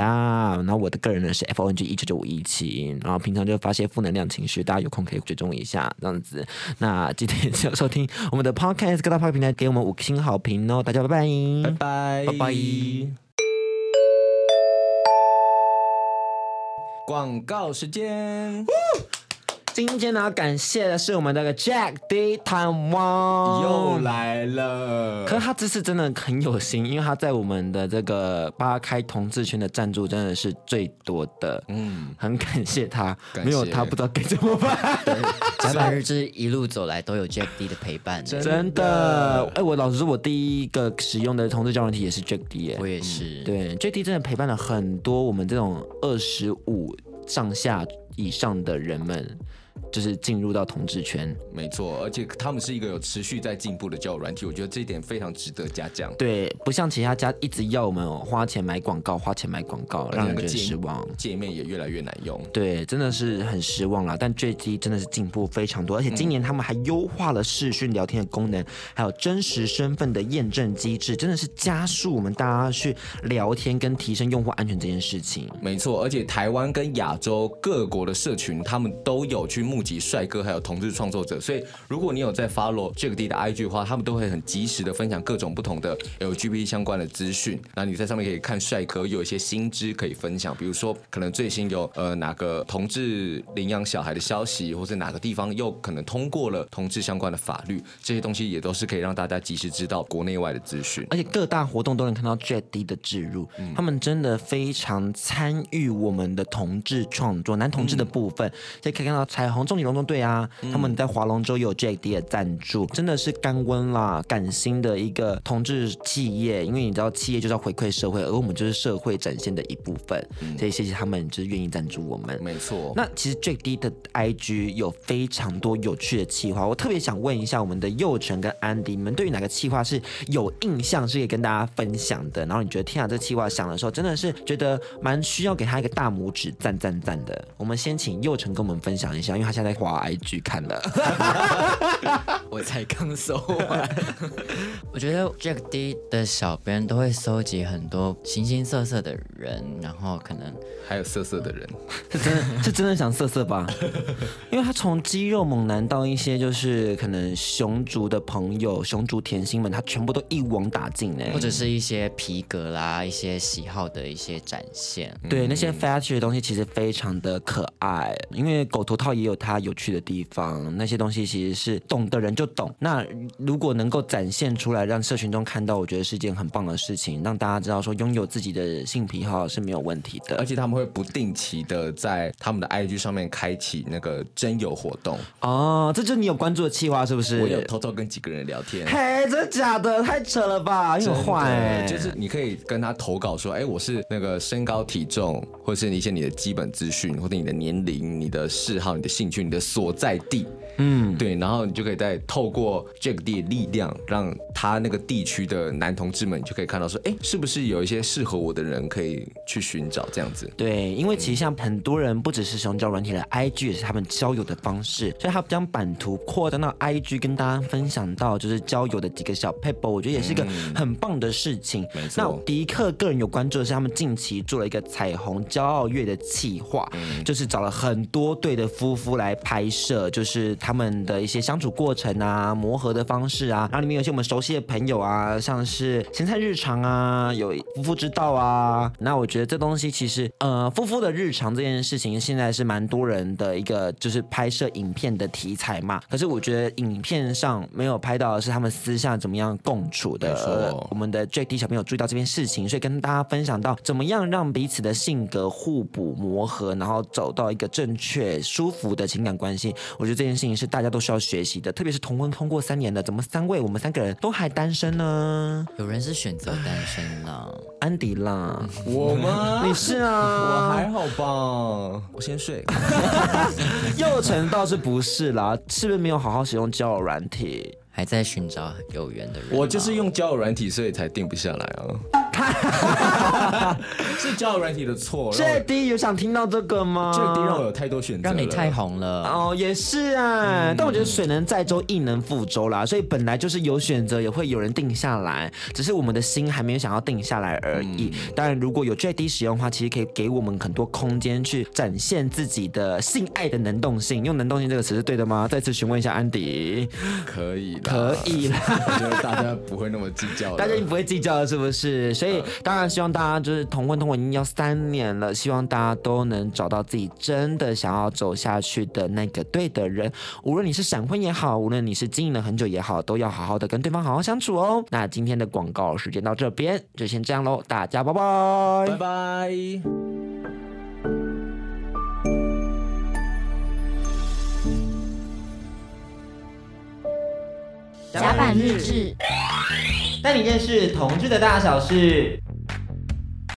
Speaker 2: 然后我的个人呢是 f o n g 一九九五一七，然后平常就发些负能量情绪，大家有空可以追踪一下这样子。那今天就收听我们的 podcast 各大 p o 平台给我们五星好评哦，大家拜拜。
Speaker 4: 拜拜
Speaker 2: 拜拜。
Speaker 4: 广告时间。
Speaker 2: 今天呢，感谢的是我们的 Jack D 探望，
Speaker 4: 又来了。
Speaker 2: 哦可是他这次真的很有心，因为他在我们的这个八开同志圈的赞助真的是最多的，嗯，很感谢他，
Speaker 4: 感谢
Speaker 2: 没有他不知道该怎么办。
Speaker 5: 甲板日志一路走来都有 Jack D 的陪伴，
Speaker 2: 真的，哎、我老实说，我第一个使用的同志交友体也是 Jack D 耶、
Speaker 5: 我也是。
Speaker 2: 对，Jack D 真的陪伴了很多我们这种二十五上下以上的人们，就是进入到同志圈。
Speaker 4: 没错，而且他们是一个有持续在进步的交友软体，我觉得这一点非常值得嘉奖。
Speaker 2: 对，不像其他家一直要我们花钱买广告，花钱买广告，让人觉得失望。
Speaker 4: 界面也越来越难用。
Speaker 2: 对，真的是很失望啦。但 J T 真的是进步非常多，而且今年他们还优化了视讯聊天的功能，还有真实身份的验证机制，真的是加速我们大家去聊天跟提升用户安全这件事情。
Speaker 4: 没错，而且台湾跟亚洲各国的社群，他们都有去募集帅哥还有同志创作者，所以如果你有在 follow Jack D 的 IG 的话，他们都会很及时的分享各种不同的 LGBT 相关的资讯。那你在上面可以看帅哥，有一些新知可以分享，比如说可能最新有呃哪个同志领养小孩的消息，或是哪个地方又可能通过了同志相关的法律，这些东西也都是可以让大家及时知道国内外的资讯。
Speaker 2: 而且各大活动都能看到 Jet D 的置入，他们真的非常参与我们的同志创作，男同志的部分，所以可以看到彩虹重点龙中队啊，他们在划龙舟也有 Jet D 的赞助，真的是甘温啦，感心的一个同志企业，因为你知道企业就是要回馈社会，而我们就是社会展现的一部分，所以谢谢他们就是愿意赞助我们。
Speaker 4: 没错，
Speaker 2: 那其实 Jack D 的 IG 有非常多有趣的企划，我特别想问一下我们的佑成跟安迪，你们对于哪个企划是有印象，是可以跟大家分享的？然后你觉得天啊，这企划想的时候，真的是觉得蛮需要给他一个大拇指，赞赞赞的。我们先请佑成跟我们分享一下，因为他现在在滑 IG 看了。
Speaker 5: 我才刚搜完。 我觉得 Jack D 的小编都会搜集很多形形色色的人，然后可能
Speaker 4: 还有色色的人，
Speaker 2: 是真的，是真的想色色 吧？因为他从肌肉猛男到一些就是可能熊族的朋友、熊族甜心们，他全部都一网打尽欸呢、
Speaker 5: 或者是一些皮革啦、一些喜好的一些展现。
Speaker 4: 嗯
Speaker 2: 对，那些 fetch 的东西其实非常的可爱，因为狗头套也有它有趣的地方。那些东西其实是懂的人就懂。那如果能够展现出来，让社群中看到，我觉得是一件很棒的事情，让大家知道说拥有自己的性癖好是没有问题
Speaker 4: 而
Speaker 2: 的。
Speaker 4: 且他们会不定期的在他们的 IG 上面开启那个征友活动。
Speaker 2: 哦，这就是你有关注的计划是不
Speaker 4: 我有
Speaker 2: 是？
Speaker 4: 偷偷跟几个人聊天。
Speaker 2: 嘿，真的假的？太扯了吧，很坏、欸。
Speaker 4: 对就是你可以跟他投稿说，哎、我是那个身高体重，或是一些你的基本资讯，或者你的年龄、你的嗜好、你的兴趣、你的所在地，嗯，对，然后你就可以再透过 Jack D 的力量，让他那个地区的男同志们，你就可以看到说，哎、是不是有一些适合我的人可以去寻找这样子？
Speaker 2: 对，因为
Speaker 4: 嗯
Speaker 2: 其实像很多人不只是使用交友软体的 IG 也是他们交友的方式，所以他将版图扩张到 IG，跟大家分享到就是交友的几个小 p a p e 我觉得也是一个很棒的事情。
Speaker 4: 嗯没错
Speaker 2: 那迪克个人有关注的是，他们近期做了一个彩虹骄傲月的企划，
Speaker 4: 嗯
Speaker 2: 就是找了很多对的夫妇来拍摄，就是他们的一些相处过程啊、磨合的方式啊，然后里面有一些我们熟悉的朋友啊，像是咸菜日常啊，有夫妇之道啊。那我觉得这东西其实，呃，夫妇的日常这件事情，现在是蛮多人的一个就是拍摄影片的题材嘛。可是我觉得影片上没有拍到的是他们私下怎么样共处的。
Speaker 4: 没错
Speaker 2: 呃我们的 Jack D 小朋友注意到这件事情，所以跟大家分享到怎么样让彼此的性格互补磨合，然后走到一个正确舒服的情感关系。我觉得这件事情是大家都需要学习的，特别是同婚通过三年的，怎么三位我们三个人都还单身呢？
Speaker 5: 有人是选择单身啦，
Speaker 2: 安迪啦，
Speaker 4: 我吗？
Speaker 2: 你是啊？
Speaker 4: 我还好吧，我先睡。
Speaker 2: 佑成倒是不是啦？是不是没有好好使用交友软体？
Speaker 5: 还在寻找有缘的人。
Speaker 4: 我就是用交友软体，所以才定不下来啊。 是交友软体的错，让
Speaker 2: 这
Speaker 4: 我
Speaker 2: 第一有想听到这个吗？
Speaker 4: 这地让我有太多选择了，
Speaker 5: 让你太红了，
Speaker 2: 哦，也是啊，但我觉得水能载舟，亦能覆舟啦，所以本来就是有选择，也会有人定下来，只是我们的心还没有想要定下来而已。当然，如果有 JD 使用的话，其实可以给我们很多空间去展现自己的性爱的能动性。用能动性这个词是对的吗？再次询问一下安迪，
Speaker 4: 可以啦
Speaker 2: 可以啦。
Speaker 4: 我觉得大家不会那么计较的，
Speaker 2: 大家已经不会计较了，是不是？所以当然希望大家就是同婚同文已经要三年了，希望大家都能找到自己真的想要走下去的那个对的人。无论你是闪婚也好，无论你是经营了很久也好，都要好好的跟对方好好相处哦。那今天的广告时间到这边就先这样喽，大家拜拜
Speaker 4: 拜拜。
Speaker 3: 甲板日志。
Speaker 2: 带你认识同志的大小事。